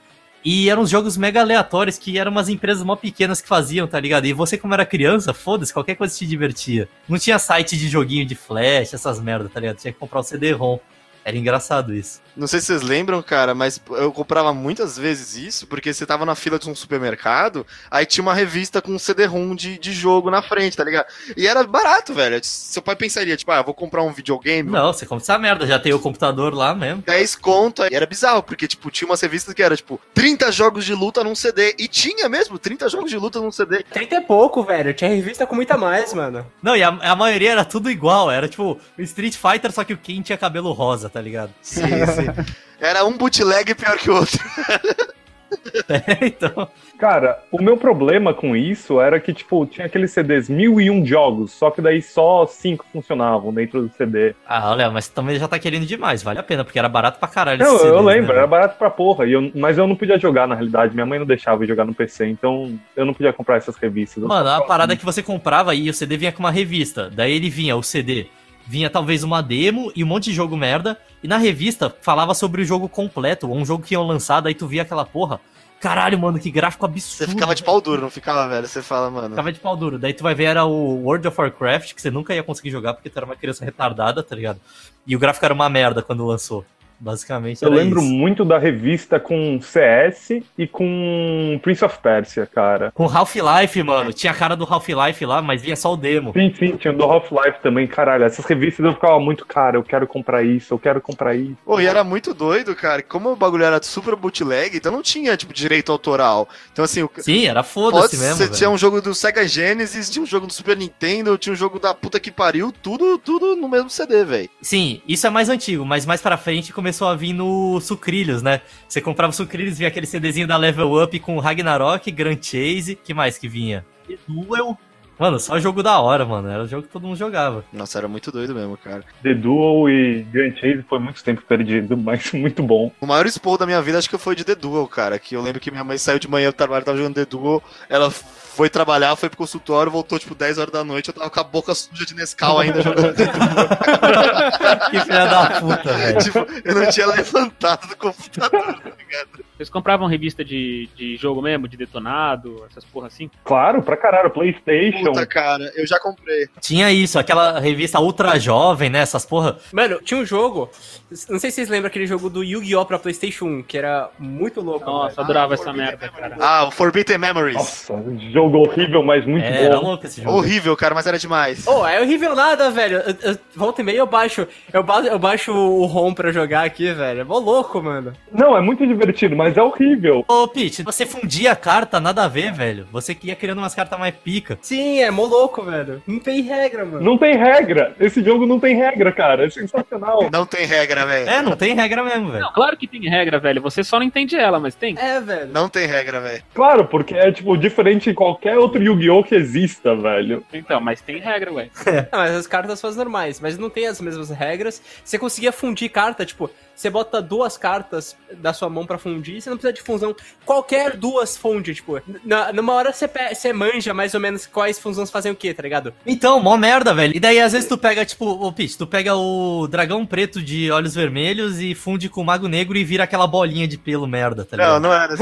[SPEAKER 5] E eram uns jogos mega aleatórios que eram umas empresas mó pequenas que faziam, tá ligado? E você, como era criança, foda-se, qualquer coisa te divertia. Não tinha site de joguinho de flash, essas merda, tá ligado? Tinha que comprar o CD-ROM. Era engraçado isso.
[SPEAKER 4] Não sei se vocês lembram, cara, mas eu comprava muitas vezes isso, porque você tava na fila de um supermercado, aí tinha uma revista com um CD-ROM de, de jogo na frente, tá ligado? E era barato, velho. Seu pai pensaria, tipo, ah, eu vou comprar um videogame,
[SPEAKER 5] Não, você compra essa merda, já tem o computador lá mesmo.
[SPEAKER 4] 10 conto. E era bizarro, porque, tipo, tinha umas revistas que era, tipo, 30 jogos de luta num CD. E tinha mesmo, 30 jogos de luta num CD.
[SPEAKER 2] 30 é pouco, velho. Tinha revista com muita mais, mano.
[SPEAKER 5] Não, e a, a maioria era tudo igual, era tipo Street Fighter, só que o Ken tinha cabelo rosa, tá ligado? (laughs)
[SPEAKER 4] Sim, sim. Era um bootleg pior que o outro.
[SPEAKER 5] então,
[SPEAKER 3] Cara, o meu problema com isso era que, tipo, tinha aqueles CDs, mil e um jogos, só que daí só cinco funcionavam dentro do CD.
[SPEAKER 5] ah, olha, mas também já tá querendo demais, vale a pena, porque era barato pra caralho.
[SPEAKER 3] Não,
[SPEAKER 5] esses
[SPEAKER 3] eu
[SPEAKER 5] CDs, né,
[SPEAKER 3] lembro,
[SPEAKER 5] velho?
[SPEAKER 3] era barato pra porra, e eu- mas eu não podia jogar na realidade, minha mãe não deixava eu jogar no PC, então eu não podia comprar essas revistas. Eu
[SPEAKER 5] Mano, a
[SPEAKER 3] comprava-
[SPEAKER 5] parada é que você comprava e o CD vinha com uma revista, daí ele vinha o CD, vinha talvez uma demo e um monte de jogo merda, e na revista falava sobre o jogo completo, ou um jogo que iam lançar, daí tu via aquela porra, caralho, mano, que gráfico
[SPEAKER 4] Você
[SPEAKER 5] absurdo.
[SPEAKER 4] ficava tipo, de pau duro, não ficava, velho? Você fala, mano.
[SPEAKER 5] Ficava de pau duro. Daí tu vai ver, era o World of Warcraft, que você nunca ia conseguir jogar porque tu era uma criança retardada, tá ligado? E o gráfico era uma merda quando lançou. Basicamente,
[SPEAKER 3] Eu
[SPEAKER 5] era
[SPEAKER 3] lembro
[SPEAKER 5] isso.
[SPEAKER 3] muito da revista com CS e com Prince of Persia, cara.
[SPEAKER 5] Com Half-Life, mano. Tinha a cara do Half-Life lá, mas vinha só o demo.
[SPEAKER 3] Sim, sim, tinha do Half-Life também, caralho. Essas revistas eu ficava muito, cara, eu quero comprar isso, eu quero comprar isso.
[SPEAKER 4] Pô, e era muito doido, cara. Como o bagulho era super bootleg, então não tinha, tipo, direito autoral. Então, assim, o...
[SPEAKER 5] Sim, era
[SPEAKER 4] pode
[SPEAKER 5] foda-se mesmo.
[SPEAKER 4] ser,
[SPEAKER 5] velho.
[SPEAKER 4] tinha um jogo do Sega Genesis, tinha um jogo do Super Nintendo, tinha um jogo da puta que pariu, tudo, tudo no mesmo CD, velho.
[SPEAKER 5] Sim, isso é mais antigo, mas mais pra frente começou a vir no Sucrilhos, né? Você comprava o Sucrilhos, vinha aquele CDzinho da Level Up com Ragnarok, Grand Chase, que mais que vinha? E Duel. Mano, só jogo da hora, mano. Era o jogo que todo mundo jogava.
[SPEAKER 4] Nossa, era muito doido mesmo, cara.
[SPEAKER 3] The Duel e Grand Chase foi muito tempo perdido, (laughs) mas muito bom.
[SPEAKER 4] O maior esporro da minha vida acho que foi de The Duel, cara. Que eu lembro que minha mãe saiu de manhã do trabalho, tava jogando The Duel. Ela foi trabalhar, foi pro consultório, voltou tipo 10 horas da noite. Eu tava com a boca suja de Nescau ainda (laughs) jogando The Duel.
[SPEAKER 5] Que filha da puta, velho.
[SPEAKER 4] (laughs) tipo, eu não tinha levantado do computador, tá ligado?
[SPEAKER 7] Vocês compravam revista de, de jogo mesmo, de detonado, essas porra assim?
[SPEAKER 3] Claro, pra caralho, PlayStation.
[SPEAKER 4] (laughs) Puta, cara, eu já comprei.
[SPEAKER 5] Tinha isso, aquela revista ultra jovem, né? Essas porra.
[SPEAKER 2] Mano, tinha um jogo. Não sei se vocês lembram aquele jogo do Yu-Gi-Oh! pra Playstation 1, que era muito louco.
[SPEAKER 7] Nossa,
[SPEAKER 2] velho.
[SPEAKER 7] adorava essa merda, cara.
[SPEAKER 4] Ah, o Forbidden Memories.
[SPEAKER 3] Nossa, jogo horrível, mas muito
[SPEAKER 5] É, era
[SPEAKER 3] bom.
[SPEAKER 5] louco esse jogo.
[SPEAKER 4] Horrível, cara, mas era demais.
[SPEAKER 2] Oh, é horrível nada, velho. Eu- eu- volta e meia eu baixo. Eu, ba eu baixo o ROM pra jogar aqui, velho. É mó louco, mano.
[SPEAKER 3] Não, é muito divertido, mas é horrível.
[SPEAKER 5] Ô, Pete, você fundia a carta, nada a ver, velho. Você que ia criando umas cartas mais pica.
[SPEAKER 2] Sim, é mó louco, velho. Não tem regra, mano.
[SPEAKER 3] Não tem regra. Esse jogo não tem regra, cara. É sensacional.
[SPEAKER 4] Não tem regra, velho.
[SPEAKER 5] É, não tem regra mesmo, velho.
[SPEAKER 7] Não, claro que tem regra, velho. Você só não entende ela, mas tem.
[SPEAKER 2] É, velho.
[SPEAKER 4] Não tem regra, velho.
[SPEAKER 3] Claro, porque é, tipo, diferente de qualquer outro Yu-Gi-Oh! que exista, velho.
[SPEAKER 7] Então, mas tem regra, ué.
[SPEAKER 2] Ah, mas as cartas são as normais, mas não tem as mesmas regras. Você conseguia fundir carta, tipo, você bota duas cartas da sua mão pra fundir, você não precisa de função. Qualquer duas funde, tipo, na, numa hora você, pe- você manja mais ou menos quais funções fazem o quê, tá ligado?
[SPEAKER 5] Então, mó merda, velho. E daí, às vezes, tu pega, tipo, ô Pete, tu pega o dragão preto de olhos vermelhos e funde com o mago negro e vira aquela bolinha de pelo merda, tá
[SPEAKER 4] Não,
[SPEAKER 5] ligado?
[SPEAKER 4] não era.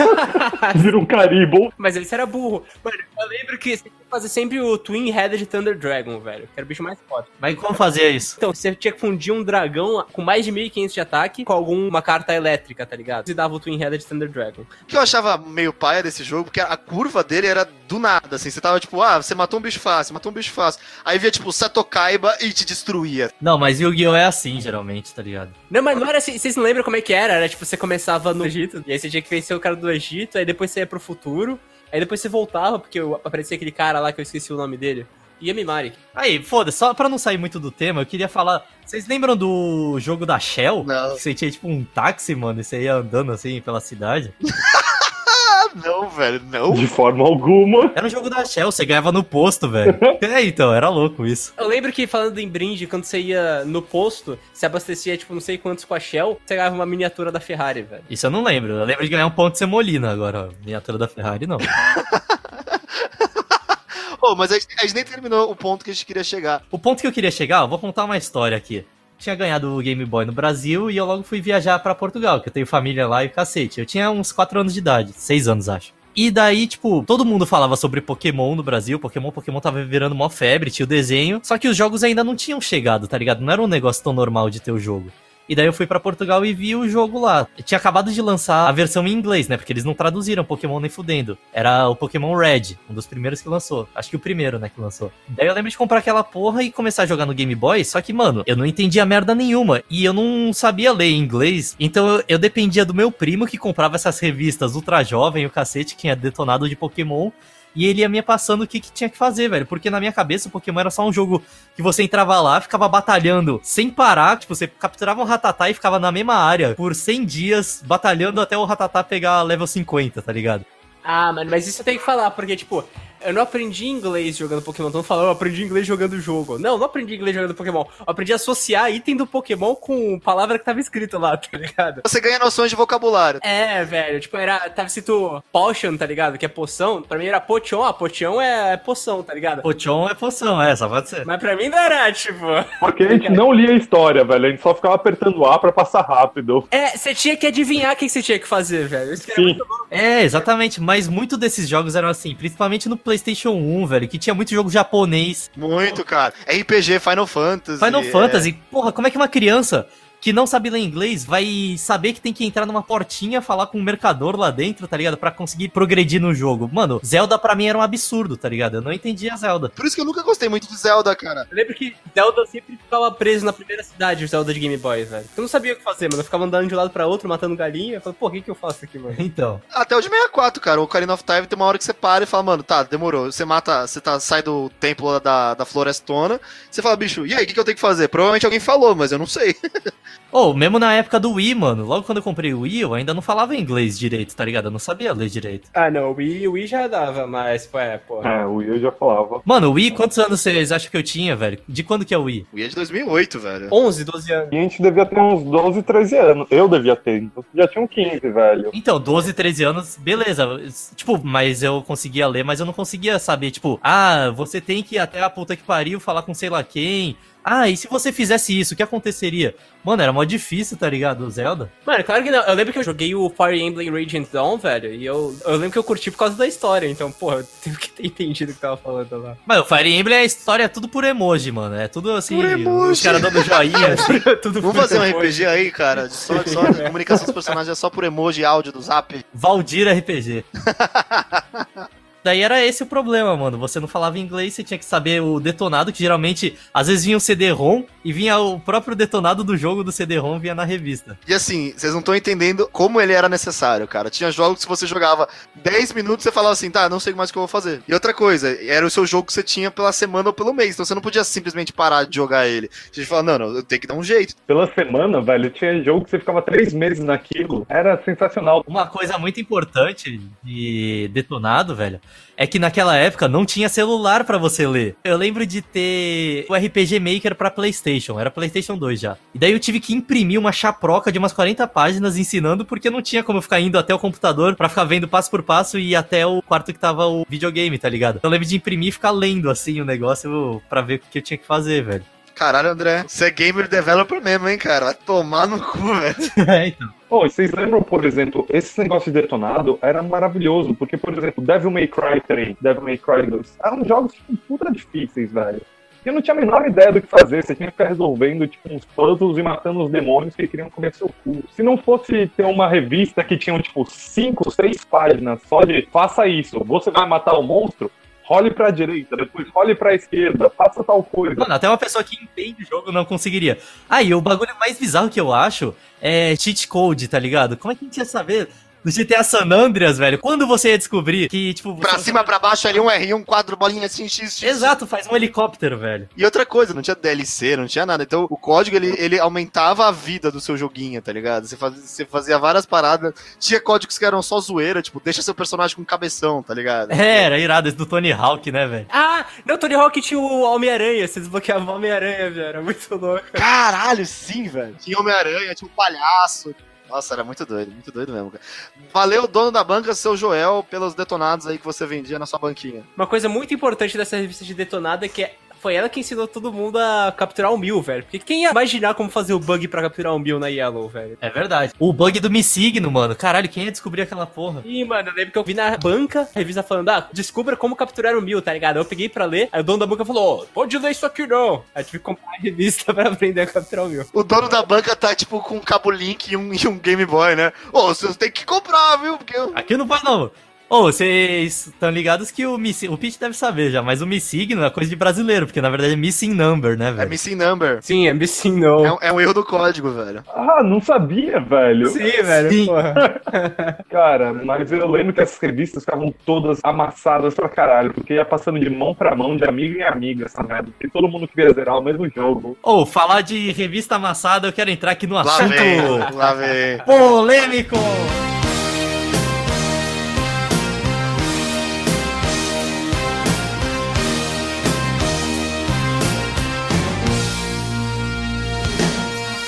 [SPEAKER 3] Vira um Caribou.
[SPEAKER 2] Mas esse era burro. Mano, eu lembro que você tinha que fazer sempre o Twin Headed Thunder Dragon, velho. Que era o bicho mais foda.
[SPEAKER 5] Mas como fazia isso?
[SPEAKER 2] Então, você tinha que fundir um dragão com mais de 1500 de ataque com alguma carta elétrica, tá ligado? E dava o Twin Headed Thunder Dragon.
[SPEAKER 4] O que eu achava meio paia desse jogo, porque a curva dele era do nada, assim. Você tava tipo, ah, você matou um bicho fácil, matou um bicho fácil. Aí via, tipo, Satokaiba e te destruía.
[SPEAKER 5] Não, mas Yu-Gi-Oh! é assim, geralmente, tá ligado?
[SPEAKER 2] Não, mas não era assim, vocês não lembram como é que era? Era tipo, você começava no Egito, e aí você tinha que vencer o cara do Egito, aí depois você ia pro futuro, aí depois você voltava, porque eu- aparecia aquele cara lá que eu esqueci o nome dele. Yamimari.
[SPEAKER 5] Aí, foda-se, só pra não sair muito do tema, eu queria falar. Vocês lembram do jogo da Shell?
[SPEAKER 4] Não.
[SPEAKER 5] Que você tinha, tipo, um táxi, mano, e você ia andando assim pela cidade?
[SPEAKER 4] Ah, não, velho, não.
[SPEAKER 3] De forma alguma.
[SPEAKER 5] Era um jogo da Shell, você ganhava no posto, velho. é, então, era louco isso.
[SPEAKER 2] Eu lembro que falando em brinde, quando você ia no posto, você abastecia, tipo, não sei quantos com a Shell, você ganhava uma miniatura da Ferrari, velho.
[SPEAKER 5] Isso eu não lembro. Eu lembro de ganhar um ponto de semolina agora, ó. Miniatura da Ferrari, não.
[SPEAKER 4] Pô, mas a gente, a gente nem terminou o ponto que a gente queria chegar.
[SPEAKER 5] O ponto que eu queria chegar, eu vou contar uma história aqui. Tinha ganhado o Game Boy no Brasil e eu logo fui viajar pra Portugal, que eu tenho família lá e cacete. Eu tinha uns 4 anos de idade, 6 anos acho. E daí, tipo, todo mundo falava sobre Pokémon no Brasil, Pokémon, Pokémon tava virando mó febre, tinha o desenho, só que os jogos ainda não tinham chegado, tá ligado? Não era um negócio tão normal de ter o jogo. E daí eu fui pra Portugal e vi o jogo lá. Eu tinha acabado de lançar a versão em inglês, né? Porque eles não traduziram Pokémon nem fudendo. Era o Pokémon Red, um dos primeiros que lançou. Acho que o primeiro, né, que lançou. Daí eu lembro de comprar aquela porra e começar a jogar no Game Boy, só que, mano, eu não entendia merda nenhuma. E eu não sabia ler inglês, então eu, eu dependia do meu primo que comprava essas revistas Ultra Jovem, o cacete, que tinha detonado de Pokémon. E ele ia me passando o que, que tinha que fazer, velho. Porque na minha cabeça o Pokémon era só um jogo que você entrava lá, ficava batalhando sem parar, tipo, você capturava um ratatá e ficava na mesma área por 100 dias batalhando até o ratatá pegar level 50, tá ligado?
[SPEAKER 2] Ah, mano, mas isso eu tenho que falar, porque, tipo, eu não aprendi inglês jogando Pokémon. Então falando, eu aprendi inglês jogando o jogo. Não, eu não aprendi inglês jogando Pokémon. Eu aprendi a associar item do Pokémon com palavra que tava escrita lá, (laughs) tá ligado?
[SPEAKER 4] Você ganha noções de vocabulário.
[SPEAKER 2] É, velho, tipo, era, tava escrito potion, tá ligado? Que é poção. Pra mim era potion, ah, potion é, é poção, tá ligado?
[SPEAKER 5] Pochon é poção, é, só pode ser.
[SPEAKER 2] Mas pra mim não era, tipo...
[SPEAKER 3] Porque a gente não lia a história, velho. A gente só ficava apertando A pra passar rápido.
[SPEAKER 2] É, você tinha que adivinhar o que você tinha que fazer, velho. Isso que era
[SPEAKER 3] Sim.
[SPEAKER 2] muito bom.
[SPEAKER 5] É, exatamente, mas muito desses jogos eram assim, principalmente no PlayStation 1, velho, que tinha muito jogo japonês.
[SPEAKER 4] Muito, cara. RPG, Final Fantasy.
[SPEAKER 5] Final
[SPEAKER 4] é.
[SPEAKER 5] Fantasy, porra, como é que uma criança que não sabe ler inglês vai saber que tem que entrar numa portinha, falar com um mercador lá dentro, tá ligado? Pra conseguir progredir no jogo. Mano, Zelda pra mim era um absurdo, tá ligado? Eu não entendia Zelda. (laughs)
[SPEAKER 4] Por isso que eu nunca gostei muito de Zelda, cara.
[SPEAKER 2] Eu lembro que Zelda sempre ficava preso na primeira cidade, o Zelda de Game Boy, velho. Eu não sabia o que fazer, mano. Eu ficava andando de um lado pra outro, matando galinha. Eu falava, pô, o que que eu faço aqui, mano?
[SPEAKER 5] Então,
[SPEAKER 4] Até o de 64, cara. O Ocarina of Time tem uma hora que você para e fala, mano, tá, demorou. Você mata, você tá, sai do templo da, da florestona. Você fala, bicho, e aí, o que, que eu tenho que fazer? Provavelmente alguém falou, mas eu não sei.
[SPEAKER 5] ou mesmo na época do Wii, mano, logo quando eu comprei o Wii, eu ainda não falava inglês direito, tá ligado? Eu não sabia ler direito.
[SPEAKER 2] Ah, não, o Wii, o Wii já dava, mas, pô, é, pô.
[SPEAKER 3] É, o Will já falava.
[SPEAKER 5] Mano, o Wii, quantos anos vocês acham que eu tinha, velho? De quando que é o Wii?
[SPEAKER 4] O Wii é de 2008, velho.
[SPEAKER 2] 11, 12 anos.
[SPEAKER 3] E a gente devia ter uns 12, 13 anos. Eu devia ter, então já tinha um 15, velho.
[SPEAKER 5] Então, 12, 13 anos, beleza. Tipo, mas eu conseguia ler, mas eu não conseguia saber, tipo, ah, você tem que ir até a puta que pariu falar com sei lá quem. Ah, e se você fizesse isso, o que aconteceria? Mano, era mó difícil, tá ligado? O Zelda.
[SPEAKER 2] Mano, claro que não. Eu lembro que eu joguei o Fire Emblem Radiant Dawn, velho, e eu, eu lembro que eu curti por causa da história, então, porra, eu tenho que ter entendido o que tava falando lá.
[SPEAKER 5] Mas o Fire Emblem é a história tudo por emoji, mano. É tudo assim.
[SPEAKER 4] Por emoji.
[SPEAKER 5] Os caras dando joinha.
[SPEAKER 4] (laughs)
[SPEAKER 5] assim.
[SPEAKER 2] Tudo
[SPEAKER 4] Vamos
[SPEAKER 2] foi
[SPEAKER 4] fazer um
[SPEAKER 2] depois.
[SPEAKER 4] RPG aí, cara? de Só, só a comunicação dos personagens é só por emoji e áudio do zap.
[SPEAKER 5] Valdir RPG. Daí era esse o problema, mano. Você não falava inglês, você tinha que saber o detonado, que geralmente, às vezes vinha o CD-ROM e vinha o próprio detonado do jogo do CD-ROM, vinha na revista.
[SPEAKER 4] E assim, vocês não estão entendendo como ele era necessário, cara. Tinha jogos que você jogava 10 minutos, você falava assim, tá, não sei mais o que eu vou fazer. E outra coisa, era o seu jogo que você tinha pela semana ou pelo mês, então você não podia simplesmente parar de jogar ele. Você fala, não, não, eu tenho que dar um jeito.
[SPEAKER 3] Pela semana, velho, tinha jogo que você ficava três meses naquilo. Era sensacional.
[SPEAKER 5] Uma coisa muito importante de detonado, velho, é que naquela época não tinha celular pra você ler. Eu lembro de ter o RPG Maker pra PlayStation, era PlayStation 2 já. E daí eu tive que imprimir uma chaproca de umas 40 páginas ensinando porque não tinha como eu ficar indo até o computador pra ficar vendo passo por passo e ir até o quarto que tava o videogame, tá ligado? Eu lembro de imprimir e ficar lendo assim o negócio pra ver o que eu tinha que fazer, velho.
[SPEAKER 4] Caralho, André, você é gamer developer mesmo, hein, cara? Vai tomar no cu, velho.
[SPEAKER 5] É, então.
[SPEAKER 3] Pô, e vocês lembram, por exemplo, esse negócio de detonado era maravilhoso, porque, por exemplo, Devil May Cry 3, Devil May Cry 2, eram jogos, tipo, puta difíceis, velho. E eu não tinha a menor ideia do que fazer, você tinha que ficar resolvendo, tipo, uns puzzles e matando os demônios que queriam comer seu cu. Se não fosse ter uma revista que tinha, tipo, cinco, seis páginas só de faça isso, você vai matar o monstro, role pra direita, depois role pra esquerda, faça tal coisa.
[SPEAKER 5] Mano, até uma pessoa que entende o jogo não conseguiria. Aí, e o bagulho mais bizarro que eu acho é cheat code, tá ligado? Como é que a gente ia saber do GTA San Andreas, velho? Quando você ia descobrir que, tipo.
[SPEAKER 4] Pra
[SPEAKER 5] você-
[SPEAKER 4] cima, pra baixo, L1, R1, quadro, bolinha, assim, X, X.
[SPEAKER 5] Exato, faz um helicóptero, velho.
[SPEAKER 4] E outra coisa, não tinha DLC, não tinha nada. Então o código ele, ele aumentava a vida do seu joguinho, tá ligado? Você fazia, você fazia várias paradas. Tinha códigos que eram só zoeira, tipo, deixa seu personagem com cabeção, tá ligado?
[SPEAKER 5] É, era irado esse do Tony Hawk, né, velho?
[SPEAKER 2] Ah, não, Tony Hawk tinha o Homem-Aranha, você desbloqueava o Homem-Aranha, velho, era muito louco.
[SPEAKER 4] Caralho, sim, velho. Tinha Homem-Aranha, tinha um palhaço. Nossa, era muito doido, muito doido mesmo, cara. Valeu, dono da banca, seu Joel, pelos detonados aí que você vendia na sua banquinha.
[SPEAKER 2] Uma coisa muito importante dessa revista de detonada é que foi ela que ensinou todo mundo a capturar o Mil, velho. Porque quem ia imaginar como fazer o bug pra capturar o Mil na Yellow, velho?
[SPEAKER 5] É verdade. O bug do Missigno, mano. Caralho, quem ia descobrir aquela porra?
[SPEAKER 2] Ih, mano, eu lembro que eu vi na banca a revista falando, ah, descubra como capturar o Mil, tá ligado? Eu peguei pra ler, aí o dono da banca falou, ó, pode ler isso aqui não. Aí tive que comprar a revista (laughs) pra aprender a capturar o Mil.
[SPEAKER 4] O dono da banca tá, tipo, com um cabo Link e um, e um Game Boy, né? Ô, você tem que comprar, viu? Porque eu-
[SPEAKER 5] Aqui não pode, não. Ô, vocês estão ligados que o Missi... O Pete deve saber já, mas o Missigno é coisa de brasileiro, porque na verdade é Missing Number, né,
[SPEAKER 4] é
[SPEAKER 5] velho?
[SPEAKER 4] missing number.
[SPEAKER 2] Sim, é sim, não.
[SPEAKER 4] É um, é um erro do código, velho.
[SPEAKER 3] Ah, não sabia, velho.
[SPEAKER 2] Sim, velho,
[SPEAKER 5] Sim.
[SPEAKER 2] porra.
[SPEAKER 3] Cara, mas eu lembro que essas revistas ficavam todas amassadas pra caralho, porque ia passando de mão pra mão, de amigo em amiga, essa merda. Porque todo mundo queria zerar o mesmo jogo.
[SPEAKER 5] Ou, falar de revista amassada, eu quero entrar aqui no
[SPEAKER 4] Lá vem,
[SPEAKER 5] assunto
[SPEAKER 4] lá vem.
[SPEAKER 5] polêmico.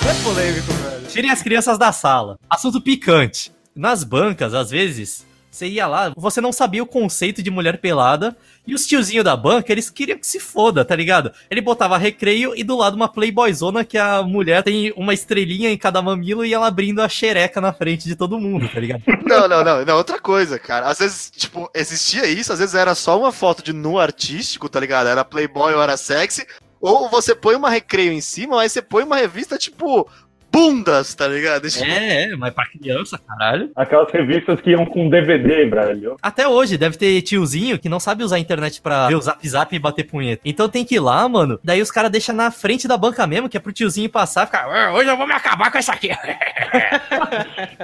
[SPEAKER 2] É polêmico, velho.
[SPEAKER 5] Tirem as crianças da sala. Assunto picante. Nas bancas, às vezes, você ia lá, você não sabia o conceito de mulher pelada, e os tiozinhos da banca, eles queriam que se foda, tá ligado? Ele botava recreio e do lado uma playboyzona que a mulher tem uma estrelinha em cada mamilo e ela abrindo a xereca na frente de todo mundo, tá ligado?
[SPEAKER 4] Não, não, não, não, outra coisa, cara. Às vezes, tipo, existia isso, às vezes era só uma foto de nu artístico, tá ligado? Era playboy ou era sexy. Ou você põe uma recreio em cima, mas você põe uma revista, tipo, bundas, tá ligado?
[SPEAKER 5] (laughs)
[SPEAKER 4] Esse-
[SPEAKER 5] É, é, mas pra criança, caralho.
[SPEAKER 3] Aquelas revistas que iam com
[SPEAKER 5] (laughs)
[SPEAKER 3] DVD, velho.
[SPEAKER 5] Até hoje, deve ter tiozinho que não sabe usar a internet pra ver o zap zap e bater punheta. Então tem que ir lá, mano. Daí os caras deixam na frente da banca mesmo, que é pro tiozinho passar e ficar. "Ah, Hoje eu vou me acabar com isso aqui.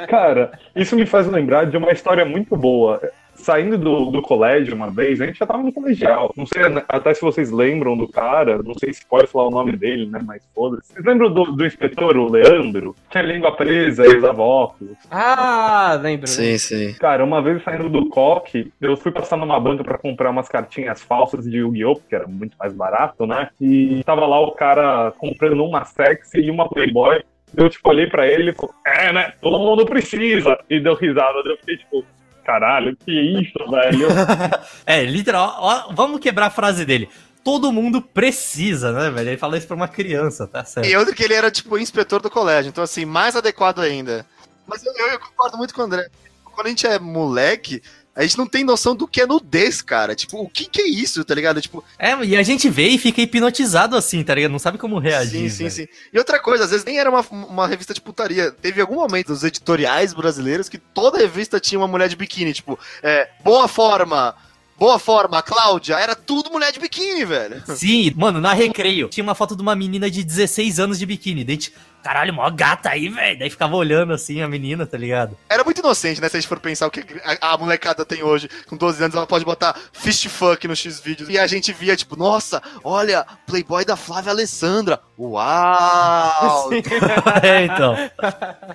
[SPEAKER 3] Cara, isso me faz lembrar de uma história muito boa. Saindo do, do colégio uma vez, a gente já tava no colegial. Não sei até se vocês lembram do cara, não sei se pode falar o nome dele, né? Mas foda-se. Vocês lembram do, do inspetor, o Leandro? Tinha língua presa e usava óculos.
[SPEAKER 2] Ah, lembro.
[SPEAKER 4] Sim, sim.
[SPEAKER 3] Cara, uma vez saindo do COC, eu fui passar numa banca pra comprar umas cartinhas falsas de Yu-Gi-Oh! porque era muito mais barato, né? E tava lá o cara comprando uma sexy e uma Playboy. Eu, tipo, olhei pra ele e falei, é, né? Todo mundo precisa. E deu risada. Daí Eu fiquei, tipo, caralho, que isso, velho?
[SPEAKER 5] É, literal. ó, vamos quebrar a frase dele. Todo mundo precisa, né, velho? Ele fala isso pra uma criança, tá certo?
[SPEAKER 4] E outro que ele era, tipo, inspetor do colégio, então, assim, mais adequado ainda. Mas eu, eu- eu concordo muito com o André. Quando a gente é moleque, a gente não tem noção do que é nudez, cara. Tipo, o que que é isso, tá ligado? Tipo,
[SPEAKER 5] É, e a gente vê e fica hipnotizado assim, tá ligado? Não sabe como reagir.
[SPEAKER 4] Sim, sim,
[SPEAKER 5] velho.
[SPEAKER 4] sim. E outra coisa, às vezes nem era uma, uma revista de putaria. Teve algum momento dos editoriais brasileiros que toda revista tinha uma mulher de biquíni, tipo, é, boa forma, boa forma, Cláudia, era tudo mulher de biquíni, velho.
[SPEAKER 5] Sim, mano, na recreio. Tinha uma foto de uma menina de 16 anos de biquíni. Daí, a gente, caralho, mó gata aí, velho. Daí ficava olhando assim a menina, tá ligado? (laughs)
[SPEAKER 4] Era muito inocente, né? Se a gente for pensar o que a, a molecada tem hoje, com 12 anos, ela pode botar fist fuck no X vídeos. E a gente via, tipo, nossa, olha, Playboy da Flávia Alessandra.
[SPEAKER 5] (laughs)
[SPEAKER 4] Uau!
[SPEAKER 5] é, então.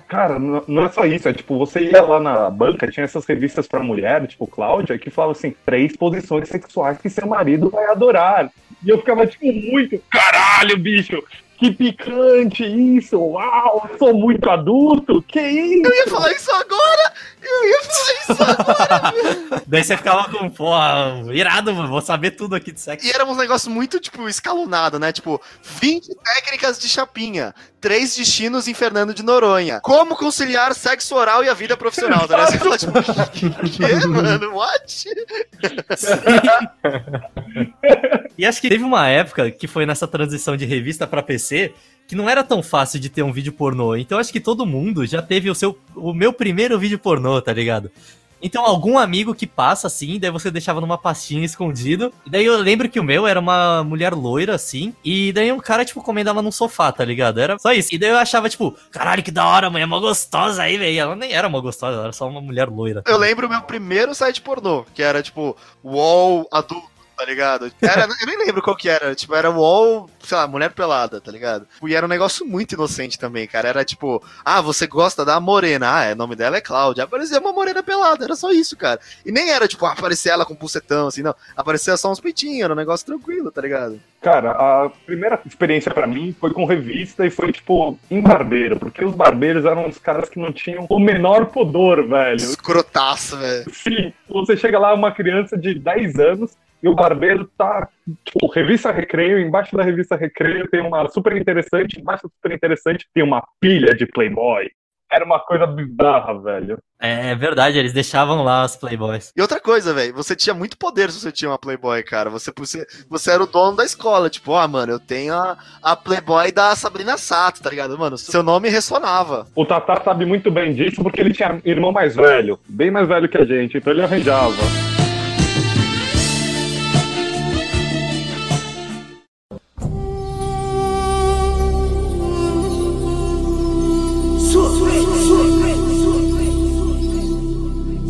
[SPEAKER 3] Cara, n- não é só isso, é tipo, você ia lá na banca, tinha essas revistas pra mulher, tipo Cláudia, que falava assim, três posições sexuais que seu marido vai adorar. E eu ficava, tipo, muito, caralho, bicho, que picante isso, uau, eu sou muito adulto, que isso?
[SPEAKER 4] Eu ia falar isso agora! Eu ia falar isso agora!
[SPEAKER 5] Daí você ficava com, porra, irado, mano. Vou saber tudo aqui de sexo.
[SPEAKER 4] E era um negócio muito, tipo, escalonado, né? Tipo, 20 técnicas de chapinha, três destinos em Fernando de Noronha. Como conciliar sexo oral e a vida profissional, tá? ligado? Você fala, tipo, (laughs) que, que, mano? What?
[SPEAKER 5] E acho que teve uma época que foi nessa transição de revista pra PC que não era tão fácil de ter um vídeo pornô. Então acho que todo mundo já teve o seu o meu primeiro vídeo pornô, tá ligado? Então algum amigo que passa assim, daí você deixava numa pastinha escondido. E daí eu lembro que o meu era uma mulher loira assim, e daí um cara tipo comendava num sofá, tá ligado? Era só isso. E daí eu achava tipo, caralho, que da hora, mãe, é uma gostosa aí, velho. E Ela nem era uma gostosa, ela era só uma mulher loira.
[SPEAKER 4] Eu lembro o meu primeiro site pornô, que era, tipo, UOL adulto. Tá ligado? Era, eu nem lembro qual que era. Tipo, era UOL, sei lá, mulher pelada, tá ligado? E era um negócio muito inocente também, cara. Era tipo, ah, você gosta da morena. Ah, é, o nome dela é Cláudia. Aparecia uma morena pelada, era só isso, cara. E nem era, tipo, ah, aparecia ela com bucetão, assim, não. Aparecia só uns peitinhos, era um negócio tranquilo, tá ligado?
[SPEAKER 3] Cara, a primeira experiência pra mim foi com revista e foi, tipo, em barbeiro, porque os barbeiros eram os caras que não tinham o menor pudor, velho.
[SPEAKER 4] Escrotaço, velho.
[SPEAKER 3] Sim, você chega lá, uma criança de 10 anos, e o barbeiro tá, tipo, revista Recreio, embaixo da revista Recreio tem uma super interessante, embaixo da super interessante tem uma pilha de Playboy. Era uma coisa bizarra, velho.
[SPEAKER 5] É verdade, eles deixavam lá as playboys.
[SPEAKER 4] E outra coisa, velho, você tinha muito poder se você tinha uma Playboy, cara. Você, você, você era o dono da escola, tipo, ah, mano, eu tenho a, a Playboy da Sabrina Sato, tá ligado? Mano, seu nome ressonava.
[SPEAKER 3] O Tatá sabe muito bem disso porque ele tinha irmão mais velho, bem mais velho que a gente, então ele arranjava.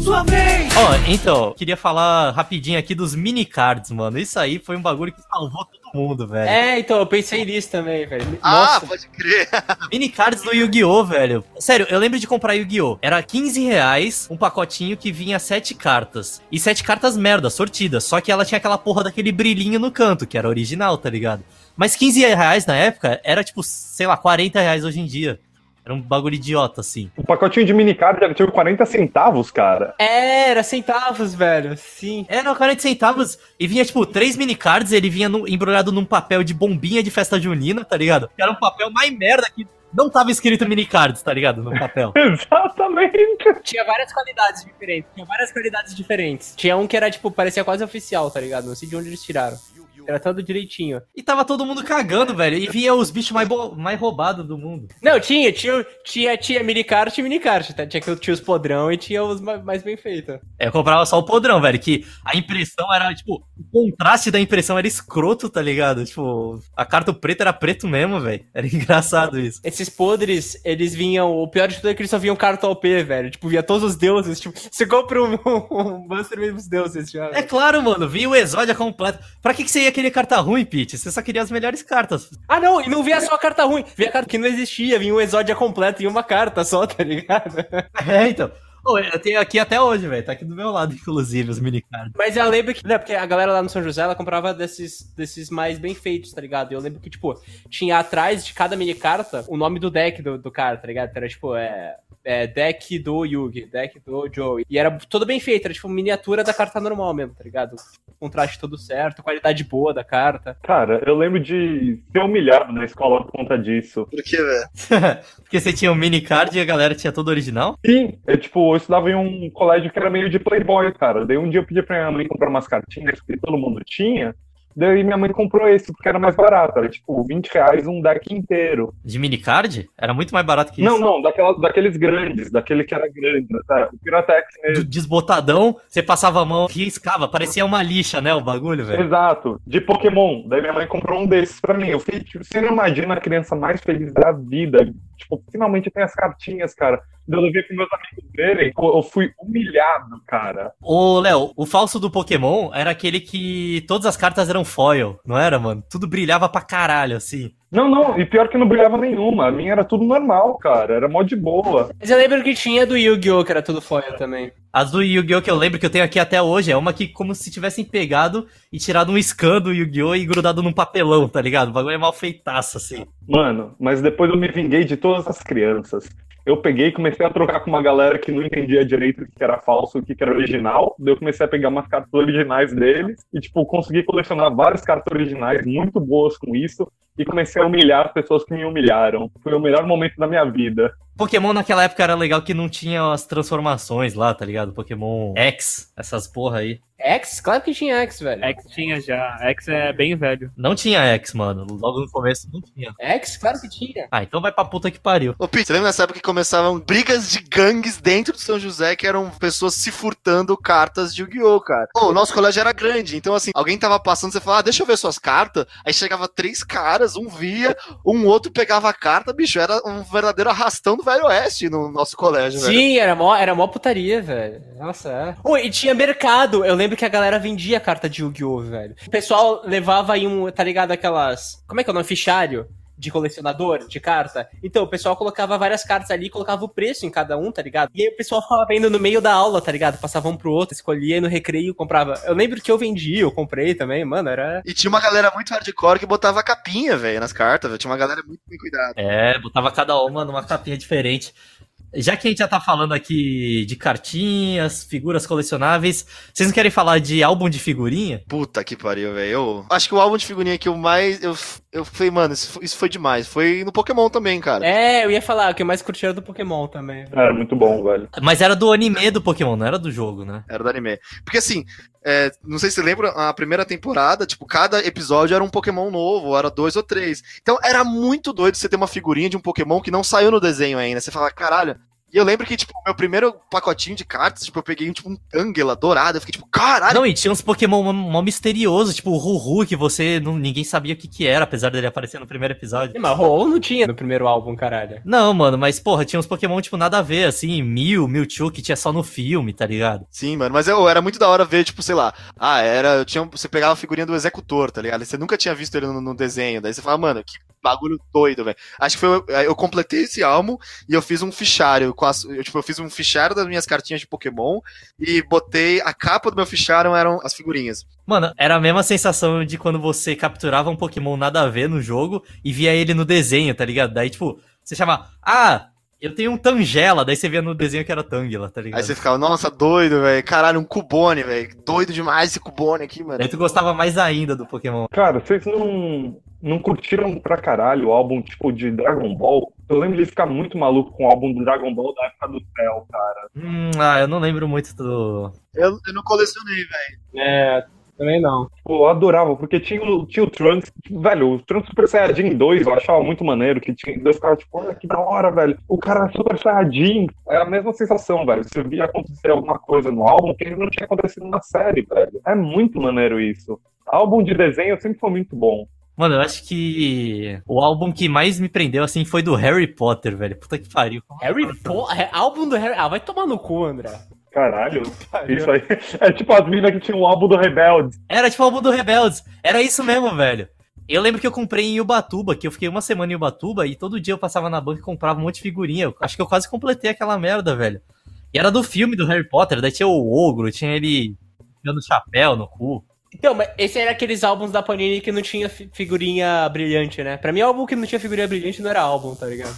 [SPEAKER 5] Ó, então, queria falar rapidinho aqui dos mini cards, mano. Isso aí foi um bagulho que salvou todo mundo, velho.
[SPEAKER 2] É, então, eu pensei nisso também, velho.
[SPEAKER 4] Ah,
[SPEAKER 2] Nossa,
[SPEAKER 4] pode crer. (laughs)
[SPEAKER 5] Mini cards do Yu-Gi-Oh, velho. Sério, eu lembro de comprar Yu-Gi-Oh. Era 15 reais um pacotinho que vinha sete cartas. E sete cartas merda, sortidas. Só que ela tinha aquela porra daquele brilhinho no canto, que era original, tá ligado? Mas 15 reais na época era tipo, sei lá, 40 reais hoje em dia. Era um bagulho idiota, assim.
[SPEAKER 3] O pacotinho de minicard era tipo 40 centavos, cara. (laughs)
[SPEAKER 2] é, era centavos, velho. Sim.
[SPEAKER 5] Era 40 centavos e vinha, tipo, três minicards. Ele vinha no- embrulhado num papel de bombinha de festa junina, tá ligado? Era um papel mais merda que não tava escrito minicards, tá ligado? No
[SPEAKER 3] (laughs)
[SPEAKER 5] papel.
[SPEAKER 3] Exatamente.
[SPEAKER 2] Tinha várias qualidades diferentes. Tinha várias qualidades diferentes. Tinha um que era, tipo, parecia quase oficial, tá ligado? Não sei de onde eles tiraram. Tratando direitinho.
[SPEAKER 5] E tava todo mundo cagando, velho. E vinha os bichos mais, bo- mais roubados do mundo.
[SPEAKER 2] Não, tinha, tinha, tinha, tinha minicart e minicart, tá? Tinha, que- tinha os podrão e tinha os ma- mais bem feitos.
[SPEAKER 5] É, Eu comprava só o podrão, velho. Que a impressão era, tipo, o contraste da impressão era escroto, tá ligado? Tipo, a carta preta era preto mesmo, velho. Era (laughs) engraçado isso.
[SPEAKER 2] Esses podres, eles vinham. O pior de tudo é que eles só vinham carta OP, velho. Tipo, via todos os deuses. Tipo, (laughs) você compra um, um Buster mesmo os deuses já.
[SPEAKER 5] É claro, mano, vinha o Exódia completo. Pra que, que você ia querer carta ruim, Pete? Você só queria as melhores cartas.
[SPEAKER 2] Ah, não, e não via só a carta ruim. Via a carta que não existia. Vinha um Exódia completo em uma carta só, tá ligado?
[SPEAKER 5] (laughs) É, então. Ô, eu tenho aqui até hoje, velho. Tá aqui do meu lado, inclusive, os minicards.
[SPEAKER 2] Mas eu lembro que. Né, porque a galera lá no São José, ela comprava desses, desses mais bem feitos, tá ligado? E eu lembro que, tipo, tinha atrás de cada mini carta o nome do deck do, do cara, tá ligado? Era tipo, é. é, deck do Yugi, deck do Joey. E era todo bem feito, era tipo miniatura da carta normal mesmo, tá ligado? Contraste todo certo, qualidade boa da carta.
[SPEAKER 3] Cara, eu lembro de ser humilhado na escola por conta disso.
[SPEAKER 4] Por que, velho?
[SPEAKER 5] (laughs) Porque você tinha um minicard e a galera tinha todo original?
[SPEAKER 3] Sim, eu, tipo, eu estudava em um colégio que era meio de playboy, cara. Daí um dia eu pedi pra minha mãe comprar umas cartinhas que todo mundo tinha. Daí minha mãe comprou esse, porque era mais barato. Era tipo 20 reais um deck inteiro.
[SPEAKER 5] De minicard? Era muito mais barato que
[SPEAKER 3] Não,
[SPEAKER 5] isso.
[SPEAKER 3] não, daquela, daqueles grandes, daquele que era grande, tá? O Piratex mesmo.
[SPEAKER 5] Do desbotadão, você passava a mão e riscava. Parecia uma lixa, né, o bagulho, velho.
[SPEAKER 3] Exato, de Pokémon. Daí minha mãe comprou um desses pra mim. Eu fiquei, tipo, você não imagina a criança mais feliz da vida. Tipo, finalmente tem as cartinhas, cara. Eu levei pros meus amigos verem, pô, eu fui humilhado, cara.
[SPEAKER 5] Ô, Léo, o falso do Pokémon era aquele que todas as cartas eram foil, não era, mano? Tudo brilhava pra caralho, assim.
[SPEAKER 3] Não, não, e pior que não brilhava nenhuma. A minha era tudo normal, cara. Era mó de boa.
[SPEAKER 2] Mas eu lembro que tinha do Yu-Gi-Oh! que era tudo foil também.
[SPEAKER 5] As do Yu-Gi-Oh! que eu lembro que eu tenho aqui até hoje, é uma que como se tivessem pegado e tirado um scan do Yu-Gi-Oh! e grudado num papelão, tá ligado? O bagulho é mal feitaço, assim.
[SPEAKER 3] Mano, mas depois eu me vinguei de todas as crianças. Eu peguei e comecei a trocar com uma galera que não entendia direito o que era falso, o que era original. Daí eu comecei a pegar umas cartas originais deles e, tipo, consegui colecionar várias cartas originais muito boas com isso e comecei a humilhar as pessoas que me humilharam. Foi o melhor momento da minha vida.
[SPEAKER 5] Pokémon naquela época era legal que não tinha as transformações lá, tá ligado? Pokémon X, essas porra aí.
[SPEAKER 2] X? Claro que tinha X, velho.
[SPEAKER 7] X tinha já. X é bem velho.
[SPEAKER 5] Não tinha X, mano. Logo no começo não tinha.
[SPEAKER 2] X? Claro que tinha.
[SPEAKER 5] Ah, então vai pra puta que pariu.
[SPEAKER 4] Ô, Pete, você lembra nessa época que começavam brigas de gangues dentro do São José que eram pessoas se furtando cartas de Yu-Gi-Oh, cara? Pô, o nosso colégio era grande, então assim, alguém tava passando, você falava, ah, deixa eu ver suas cartas. Aí chegava três caras, um via, um outro pegava a carta, bicho, era um verdadeiro arrastão do Velho Oeste no nosso colégio, velho.
[SPEAKER 2] Sim, era mó, era mó putaria, velho. Nossa, é. Ô, e tinha mercado. Eu lembro que a galera vendia carta de Yu-Gi-Oh, velho. O pessoal levava aí um, tá ligado, aquelas... Como é que é o nome? Fichário? De colecionador, de carta. Então, o pessoal colocava várias cartas ali, colocava o preço em cada um, tá ligado? E aí o pessoal ficava vendo no meio da aula, tá ligado? Passava um pro outro, escolhia e no recreio comprava. Eu lembro que eu vendi, eu comprei também, mano, era...
[SPEAKER 4] E tinha uma galera muito hardcore que botava capinha, velho, nas cartas, velho. Tinha uma galera muito bem cuidada.
[SPEAKER 5] É, botava cada uma numa capinha diferente. Já que a gente já tá falando aqui de cartinhas, figuras colecionáveis, vocês não querem falar de álbum de figurinha?
[SPEAKER 4] Puta que pariu, velho. Eu acho que o álbum de figurinha que eu mais. Eu, eu falei, mano, isso foi, isso foi demais. Foi no Pokémon também, cara.
[SPEAKER 2] É, eu ia falar, o que eu mais curti era do Pokémon também.
[SPEAKER 3] Era muito bom, velho.
[SPEAKER 5] Mas era do anime do Pokémon, não era do jogo, né?
[SPEAKER 4] Era do anime. Porque assim, é, não sei se você lembra, a primeira temporada, tipo, cada episódio era um Pokémon novo, era dois ou três. Então era muito doido você ter uma figurinha de um Pokémon que não saiu no desenho ainda. Você fala, caralho. E eu lembro que, tipo, meu primeiro pacotinho de cartas, tipo, eu peguei tipo, um Tangela dourado. Eu fiquei tipo, caralho.
[SPEAKER 5] Não, e tinha uns Pokémon mó- mó misterioso, tipo o Ruhu, que você não, ninguém sabia o que que era, apesar dele aparecer no primeiro episódio.
[SPEAKER 2] Ih, Mas Roll não tinha no primeiro álbum, caralho.
[SPEAKER 5] Não, mano, mas porra, tinha uns Pokémon, tipo, nada a ver, assim, Mil, Mewtwo, que tinha só no filme, tá ligado?
[SPEAKER 4] Sim, mano, mas eu, era muito da hora ver, tipo, sei lá, ah, era, eu tinha, você pegava a figurinha do executor, tá ligado? E Você nunca tinha visto ele no, no desenho, daí você fala, mano, que bagulho doido, velho. Acho que foi, eu, eu completei esse álbum e eu fiz um fichário, com as, eu, tipo, eu fiz um fichário das minhas cartinhas de Pokémon e botei, a capa do meu fichário eram as figurinhas.
[SPEAKER 5] Mano, era a mesma sensação de quando você capturava um Pokémon nada a ver no jogo e via ele no desenho, tá ligado? Daí, tipo, você chama, ah, eu tenho um Tangela, daí você via no desenho que era Tangela, tá ligado?
[SPEAKER 4] Aí você ficava, nossa, doido, velho, caralho, um Cubone, velho, doido demais esse Cubone aqui, mano.
[SPEAKER 5] Daí tu gostava mais ainda do Pokémon.
[SPEAKER 3] Cara, vocês não, não curtiram pra caralho o álbum, tipo, de Dragon Ball? Eu lembro de ficar muito maluco com o álbum do Dragon Ball da época do céu, cara.
[SPEAKER 5] Hum, ah, eu não lembro muito do.
[SPEAKER 4] Eu, eu não colecionei, velho.
[SPEAKER 2] É, Também não.
[SPEAKER 3] Pô, eu adorava, porque tinha o, tinha o Trunks, tipo, velho, o Trunks Super Saiyajin 2 eu achava muito maneiro, que tinha, eu ficava tipo, olha que da hora, velho, o cara é Super Saiyajin, era a mesma sensação, velho, você via acontecer alguma coisa no álbum que não tinha acontecido na série, velho, é muito maneiro isso. Álbum de desenho sempre foi muito bom.
[SPEAKER 5] Mano, eu acho que o álbum que mais me prendeu, assim, foi do Harry Potter, velho. Puta que pariu.
[SPEAKER 2] Harry Potter. Álbum do Harry. Ah, vai tomar no cu, André.
[SPEAKER 3] Caralho, isso aí. (laughs) É tipo as minas que tinham um álbum do Rebelde.
[SPEAKER 5] Era tipo o álbum do Rebeldes. Era isso mesmo, velho. Eu lembro que eu comprei em Ubatuba, que eu fiquei uma semana em Ubatuba e todo dia eu passava na banca e comprava um monte de figurinha. Eu acho que eu quase completei aquela merda, velho. E era do filme do Harry Potter, daí tinha o ogro, tinha ele dando chapéu no cu.
[SPEAKER 2] Então, mas esse era aqueles álbuns da Panini que não tinha fi- figurinha brilhante, né? Pra mim, álbum que não tinha figurinha brilhante não era álbum, tá ligado?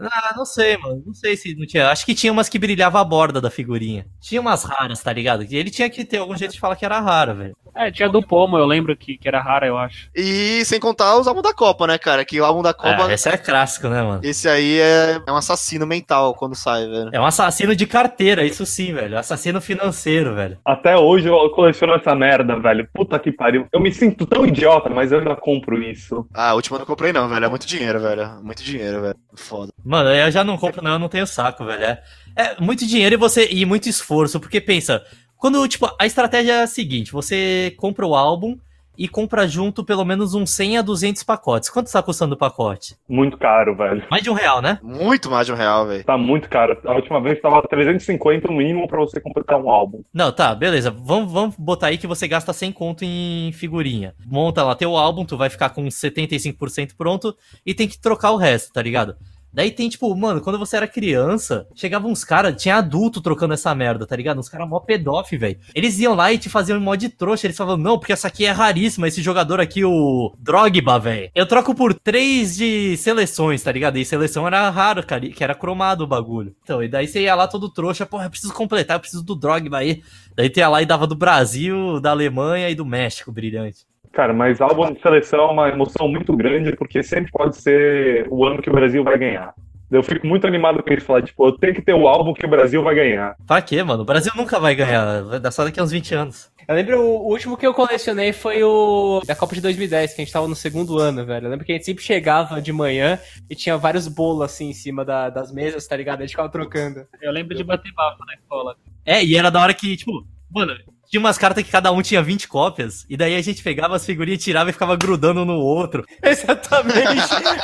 [SPEAKER 5] Ah, não sei, mano. Não sei se não tinha. Acho que tinha umas que brilhava a borda da figurinha. Tinha umas raras, tá ligado? E ele tinha que ter algum jeito de falar que era rara, velho.
[SPEAKER 7] É, tinha do Pomo, eu lembro que, que era rara, eu acho.
[SPEAKER 4] E sem contar os álbuns da Copa, né, cara? Que o álbum da Copa.
[SPEAKER 5] Ah, esse é clássico, né, mano?
[SPEAKER 4] Esse aí é, é um assassino mental quando sai, velho.
[SPEAKER 5] É um assassino de carteira, isso sim, velho. Assassino financeiro, velho.
[SPEAKER 3] Até hoje eu coleciono essa merda, velho. Puta que pariu. Eu me sinto tão idiota, mas eu ainda compro isso.
[SPEAKER 4] Ah, a última eu não comprei, não, velho. É muito dinheiro, velho. Muito dinheiro, velho. Foda.
[SPEAKER 5] Mano, eu já não compro, não, eu não tenho saco, velho. É, é muito dinheiro e você e muito esforço, porque pensa, quando, tipo, a estratégia é a seguinte: você compra o álbum e compra junto pelo menos uns 100 a 200 pacotes. Quanto tá custando o pacote?
[SPEAKER 3] Muito caro, velho.
[SPEAKER 5] Mais de um real, né?
[SPEAKER 4] Muito mais de um real, velho.
[SPEAKER 3] Tá muito caro. A última vez tava 350 no mínimo pra você completar um álbum.
[SPEAKER 5] Não, tá, beleza. Vamos, vamos botar aí que você gasta 100 conto em figurinha. Monta lá teu álbum, tu vai ficar com 75% pronto e tem que trocar o resto, tá ligado? Daí tem, tipo, mano, quando você era criança, chegavam uns caras, tinha adulto trocando essa merda, tá ligado? Uns caras mó pedófilo, velho. Eles iam lá e te faziam mó de trouxa, eles falavam, não, porque essa aqui é raríssima, esse jogador aqui, o Drogba, velho. Eu troco por três de seleções, tá ligado? E seleção era raro, cara, que era cromado o bagulho. Então, e daí você ia lá todo trouxa, porra, eu preciso completar, eu preciso do Drogba aí. Daí tu ia lá e dava do Brasil, da Alemanha e do México, brilhante.
[SPEAKER 3] Cara, mas álbum de seleção é uma emoção muito grande, porque sempre pode ser o ano que o Brasil vai ganhar. Eu fico muito animado com isso, falar, tipo, eu tenho que ter o álbum que o Brasil vai ganhar.
[SPEAKER 5] Pra quê, mano? O Brasil nunca vai ganhar, vai dar só daqui a uns 20 anos.
[SPEAKER 2] Eu lembro, o último que eu colecionei foi o da Copa de 2010, que a gente tava no segundo ano, velho. Eu lembro que a gente sempre chegava de manhã e tinha vários bolos assim em cima da- das mesas, tá ligado? A gente ficava trocando.
[SPEAKER 7] Eu lembro de bater bafo na escola.
[SPEAKER 5] É, e era da hora que, tipo, mano, tinha umas cartas que cada um tinha 20 cópias, e daí a gente pegava as figurinhas, tirava e ficava grudando um no outro,
[SPEAKER 2] (laughs) Exatamente. a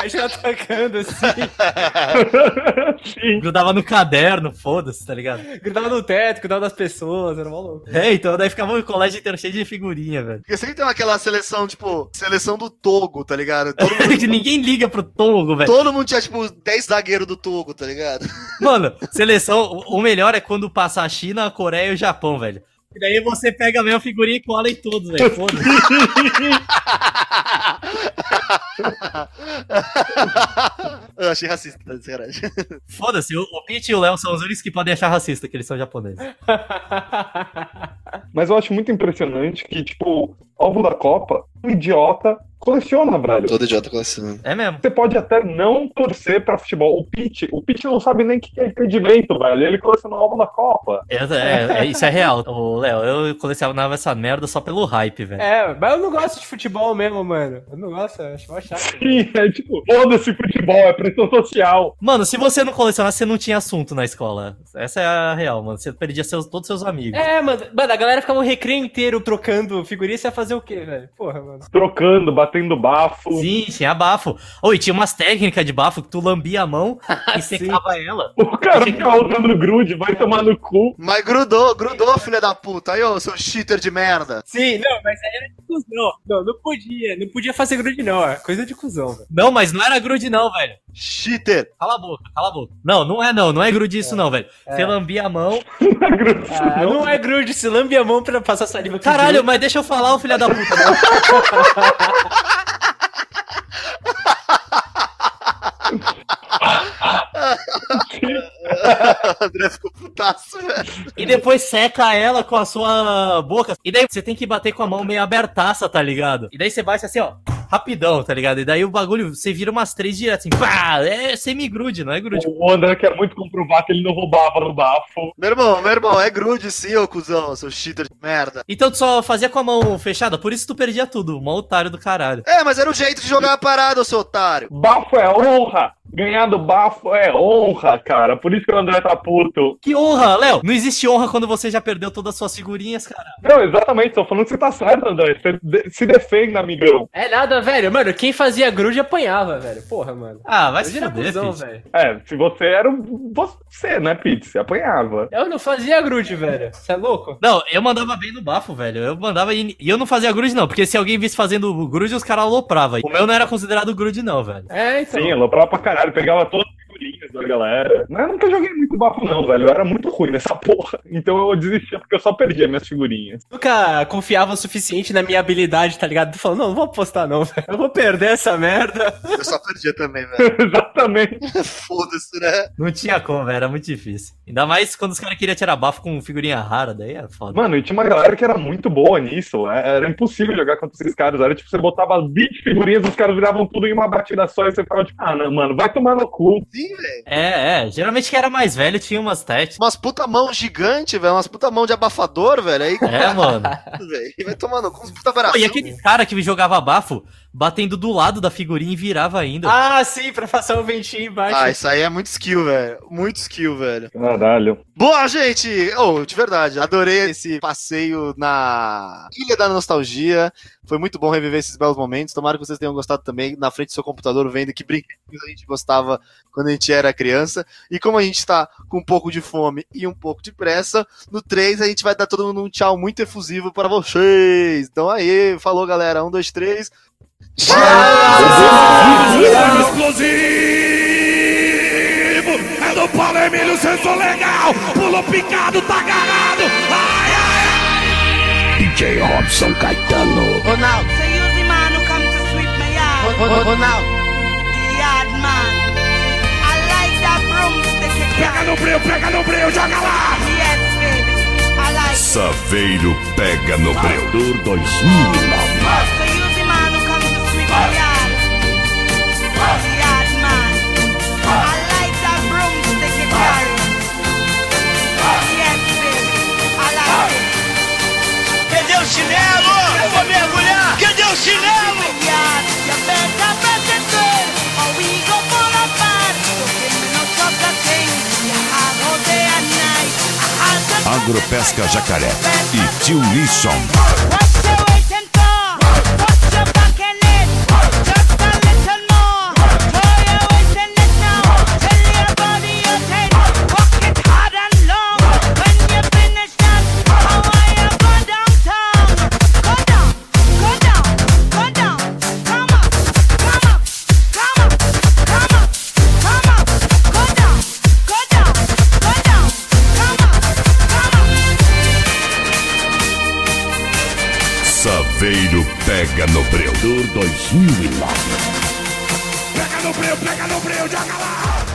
[SPEAKER 2] gente tava trocando assim.
[SPEAKER 3] Sim.
[SPEAKER 5] grudava no caderno, foda-se, tá ligado?
[SPEAKER 2] Grudava no teto, cuidava das pessoas, era maluco.
[SPEAKER 5] É, então daí ficava o colégio inteiro cheio de figurinha, velho. (laughs)
[SPEAKER 4] Porque sempre tem aquela seleção, tipo, seleção do Togo, tá ligado? Todo (laughs) mundo,
[SPEAKER 5] Ninguém liga pro Tongo, velho.
[SPEAKER 4] todo mundo tinha, tipo, 10 zagueiros do Togo, tá (laughs) ligado?
[SPEAKER 5] Mano, seleção, o o melhor é quando passar a China, a Coreia e o Japão, velho. E daí você pega a mesma figurinha e cola em todos, velho. Foda-se.
[SPEAKER 4] Eu achei racista, tá sacanagem.
[SPEAKER 5] Foda-se, o- o Pete e o Léo são os únicos que podem achar racista, que eles são japoneses.
[SPEAKER 3] Mas eu acho muito impressionante que, tipo, álbum da Copa, um idiota coleciona, velho.
[SPEAKER 4] Todo idiota colecionando.
[SPEAKER 5] É mesmo.
[SPEAKER 3] Você pode até não torcer pra futebol. O Pete, o Pete não sabe nem o que é impedimento, velho. Ele coleciona o álbum da Copa.
[SPEAKER 5] É, é, é, isso é real. Ô, Léo, eu colecionava essa merda só pelo hype, velho.
[SPEAKER 2] É, mas eu não gosto de futebol mesmo, mano. Eu não gosto, eu acho mó chato.
[SPEAKER 3] Sim, (laughs) é tipo, foda-se futebol, é pressão social.
[SPEAKER 5] Mano, se você não colecionasse, você não tinha assunto na escola. Essa é a real, mano. Você perdia seus, todos seus amigos.
[SPEAKER 2] É, mano, mano, a galera ficava o recreio inteiro trocando figurinha, você ia fazer o quê, velho? Porra, mano.
[SPEAKER 3] Trocando, batendo bafo.
[SPEAKER 5] Sim, tinha bafo. Oi, tinha umas técnicas de bafo que tu lambia a mão e secava ela.
[SPEAKER 3] O cara fica usando grude, vai tomar no cu. (laughs)
[SPEAKER 4] Mas grudou, grudou, filha da puta. Aí, ô, seu cheater de merda.
[SPEAKER 2] Sim, não, mas aí era de cuzão. Não, não podia, não podia fazer grude, não. É coisa de cuzão, velho.
[SPEAKER 5] Não, mas não era grude, não, velho.
[SPEAKER 4] Cheater. (laughs)
[SPEAKER 5] Cala a boca, cala a boca. Não, não é não, não é grude isso, não, velho. Você lambia a mão.
[SPEAKER 3] Não é grude,
[SPEAKER 2] Ah,
[SPEAKER 3] não.
[SPEAKER 2] não é grude, se lambe a mão pra passar saliva. com
[SPEAKER 5] Caralho,
[SPEAKER 2] grude.
[SPEAKER 5] mas deixa eu falar, ô filha da puta.
[SPEAKER 4] André ficou putaço, velho.
[SPEAKER 5] E depois seca ela com a sua boca. E daí você tem que bater com a mão meio abertaça, tá ligado? E daí você bate assim, ó. rapidão, tá ligado? E daí o bagulho, você vira umas três direto, assim, pá, é semi-grude, não é grude.
[SPEAKER 3] tipo, O André quer muito comprovar que ele não roubava no bafo.
[SPEAKER 4] Meu irmão, meu irmão, é grude sim, ô cuzão, seu cheater de merda.
[SPEAKER 5] Então tu só fazia com a mão fechada, por isso tu perdia tudo, mó otário do caralho.
[SPEAKER 4] É, mas era o jeito de jogar a parada, ô seu otário.
[SPEAKER 3] Bafo é honra! Ganhar do bafo é honra, cara. Por isso que o André tá puto.
[SPEAKER 5] Que honra, Léo! Não existe honra quando você já perdeu todas as suas figurinhas, cara.
[SPEAKER 3] Não, exatamente, tô falando que você tá certo, André. Você de- se defenda, amigão.
[SPEAKER 2] É nada, velho. Mano, quem fazia grude apanhava, velho. Porra, mano.
[SPEAKER 5] Ah, vai se
[SPEAKER 2] Hoje era
[SPEAKER 5] fuder,
[SPEAKER 2] cuzão,
[SPEAKER 5] filho.
[SPEAKER 2] velho.
[SPEAKER 3] É, se você era um- você, né, Pete? Você apanhava.
[SPEAKER 2] Eu não fazia grude, velho. Você é louco?
[SPEAKER 5] Não, eu mandava bem no bafo, velho. Eu mandava e e eu não fazia grude, não, porque se alguém visse fazendo grude, os caras alopravam. O meu não era considerado grude, não, velho.
[SPEAKER 2] É, então.
[SPEAKER 3] Sim, aloprava pra caralho, pegava todas as figurinhas da galera. Mas eu nunca joguei muito bafo, não, velho. Eu era muito ruim nessa porra. Então eu desistia porque eu só perdia minhas figurinhas. (laughs)
[SPEAKER 2] Nunca confiava o suficiente na minha habilidade, tá ligado? Tu falou, não, não vou apostar não, (laughs) velho. Eu vou perder essa merda.
[SPEAKER 4] Eu só perdia também, velho. (laughs)
[SPEAKER 3] Exatamente.
[SPEAKER 4] Foda-se, né?
[SPEAKER 5] Não tinha como, velho. Era muito difícil. Ainda mais quando os caras queriam tirar bafo com figurinha rara, daí era foda.
[SPEAKER 3] Mano, e tinha uma galera que era muito boa nisso. é- Era impossível jogar contra esses caras. Era tipo, você botava 20 figurinhas, os caras viravam tudo em uma batida só e você ficava tipo, ah, não, mano, vai tomar no cu.
[SPEAKER 4] Sim, velho.
[SPEAKER 5] É, é. Geralmente quem era mais velho tinha umas testes.
[SPEAKER 4] Umas puta mão gigante, velho. Umas puta mão de abafador, velho. Aí, (laughs)
[SPEAKER 5] É,
[SPEAKER 2] (laughs)
[SPEAKER 5] mano.
[SPEAKER 4] velho. Vai tomando com uns puta
[SPEAKER 5] Pô,
[SPEAKER 4] braço.
[SPEAKER 5] e aquele cara que jogava bafo, batendo do lado da figurinha e virava ainda.
[SPEAKER 2] Ah, sim, pra passar o ventinho embaixo.
[SPEAKER 4] Ah, isso aí é muito skill, velho. Muito skill, velho.
[SPEAKER 3] Caralho.
[SPEAKER 4] Boa, gente! Oh, de verdade, adorei esse passeio na Ilha da Nostalgia. Foi muito bom reviver esses belos momentos. Tomara que vocês tenham gostado também na frente do seu computador, vendo que brinquedos a gente gostava quando a gente era criança. E como a gente está com um pouco de fome e um pouco de pressa, no 3 a gente vai dar todo mundo um tchau muito efusivo para vocês. Então aí, falou galera, um, dois, três.
[SPEAKER 8] Explosivo! É do Paulo Emílio Sensor Legal! Pulo picado, tá ganado! Ai, ai, ai! DJ Robson Caetano!
[SPEAKER 10] Ronaldo. Say you the man who comes to sweep my yard.
[SPEAKER 4] Ronaldo!
[SPEAKER 10] The yard man. I like that broomstick you
[SPEAKER 8] Pega
[SPEAKER 10] got.
[SPEAKER 8] no breu, pega no breu, joga lá!
[SPEAKER 10] Yes, baby. I like it.
[SPEAKER 8] Saveiro pega no breu. Tour 2009.
[SPEAKER 10] So you the man who comes to sweep my yard. The yard man. I like that broomstick you carry. Yes, baby. I like it.
[SPEAKER 9] Cadê o chinelo? Eu vou mergulhar! Cadê o
[SPEAKER 10] Sweep my yard. You better bet it good, or we go fall apart. So give me no chocolate thing. You have all day and night. I have the
[SPEAKER 8] Agropesca Jacaré
[SPEAKER 10] chocolate.
[SPEAKER 8] e Tio Lisson.
[SPEAKER 10] What's you waiting for? What's your back in it? Just a little more. Throw your weight in it now. Tell your body you did. Work it hard and long. When you finish that, I want you go downtown. Go down, go down, go down. Come up, come up, come up, come up, come up. Go down, go down, go down. Come up, come up.
[SPEAKER 8] Saveiro pega no breu. Tour 2009. Pega no breu, pega no breu, joga lá!